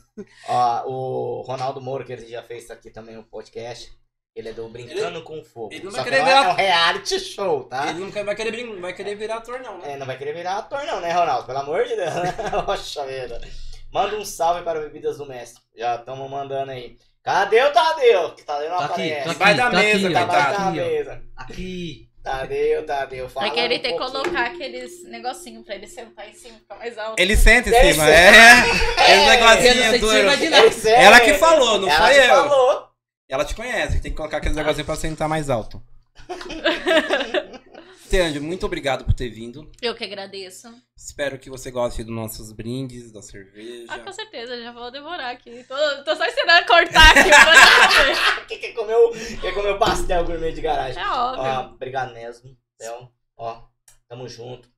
A: Ó, o Ronaldo Moura, que ele já fez isso aqui também, o podcast. Ele é do Brincando com Fogo.
B: ele não
A: Só
B: vai
A: que
B: querer
A: é
B: virar-
A: um reality show, tá?
B: Ele não quer- vai querer, brin- vai querer virar ator, não, né?
A: É, não vai querer virar ator não, né, Ronaldo? Pelo amor de Deus. né? (laughs) Poxa vida. Manda um salve para Bebidas do Mestre. Já estamos mandando aí. Cadê o Tadeu? Que Tadeu não
C: Tá aqui,
A: aparece.
C: tá aqui,
B: Vai da
C: tá
B: mesa,
C: aqui, ó,
A: Tá
B: Tadeu.
A: abaixo
C: tá
A: da
C: aqui, ó.
A: mesa.
C: Aqui.
A: Tadeu, Tadeu, fala
D: Vai querer
A: um
D: ter que
A: pouquinho.
D: colocar aqueles negocinho pra ele sentar em cima, ficar mais alto.
B: Ele senta em
A: Ele
B: cima,
A: senta.
B: é. Ele
C: Eu
B: negocinho
C: não sei se você
B: duro.
C: imagina.
A: Esse é-
B: Ela que falou, não
A: Ela
B: foi
A: que
B: eu.
A: falou. (laughs)
B: Ela te conhece, tem que colocar aquele negocinho pra sentar mais alto. Teandro, muito obrigado por ter vindo.
D: Eu que agradeço.
B: Espero que você goste dos nossos brindes, da
D: Ah, com
B: cerveja.
D: certeza, já vou devorar aqui. Tô, tô só esperando cortar aqui.
A: (laughs)
D: pra-
A: Quem quer comer o quem comeu pastel gourmet de garagem?
D: é
A: Ó,
D: óbvio.
A: obrigado mesmo, Théo. Ó, tamo junto.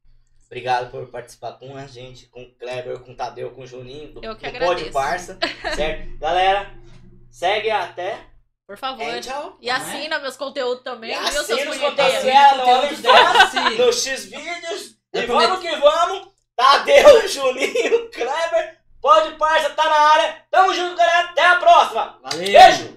A: Obrigado por participar com a gente, com o Kleber, com o Tadeu, com o Juninho, do,
D: Eu que
A: do
D: agradeço. (laughs)
A: Parça, certo? Galera, segue até
D: Por favor.
A: Angel.
D: E assina meus conteúdos também,
A: é, E
D: viu, seus
A: assina os
D: punheteiros?
A: conteúdos. ela, olha
C: Conteúdo
A: só. (laughs)
C: assim.
A: no X-Vídeos.
C: Eu
A: E
C: prometo.
A: vamos que vamos. Tadeu, (laughs) Juninho, Kleber, Pode Parça, tá na área. Tamo junto, galera. Até a próxima.
C: Valeu.
A: Beijo!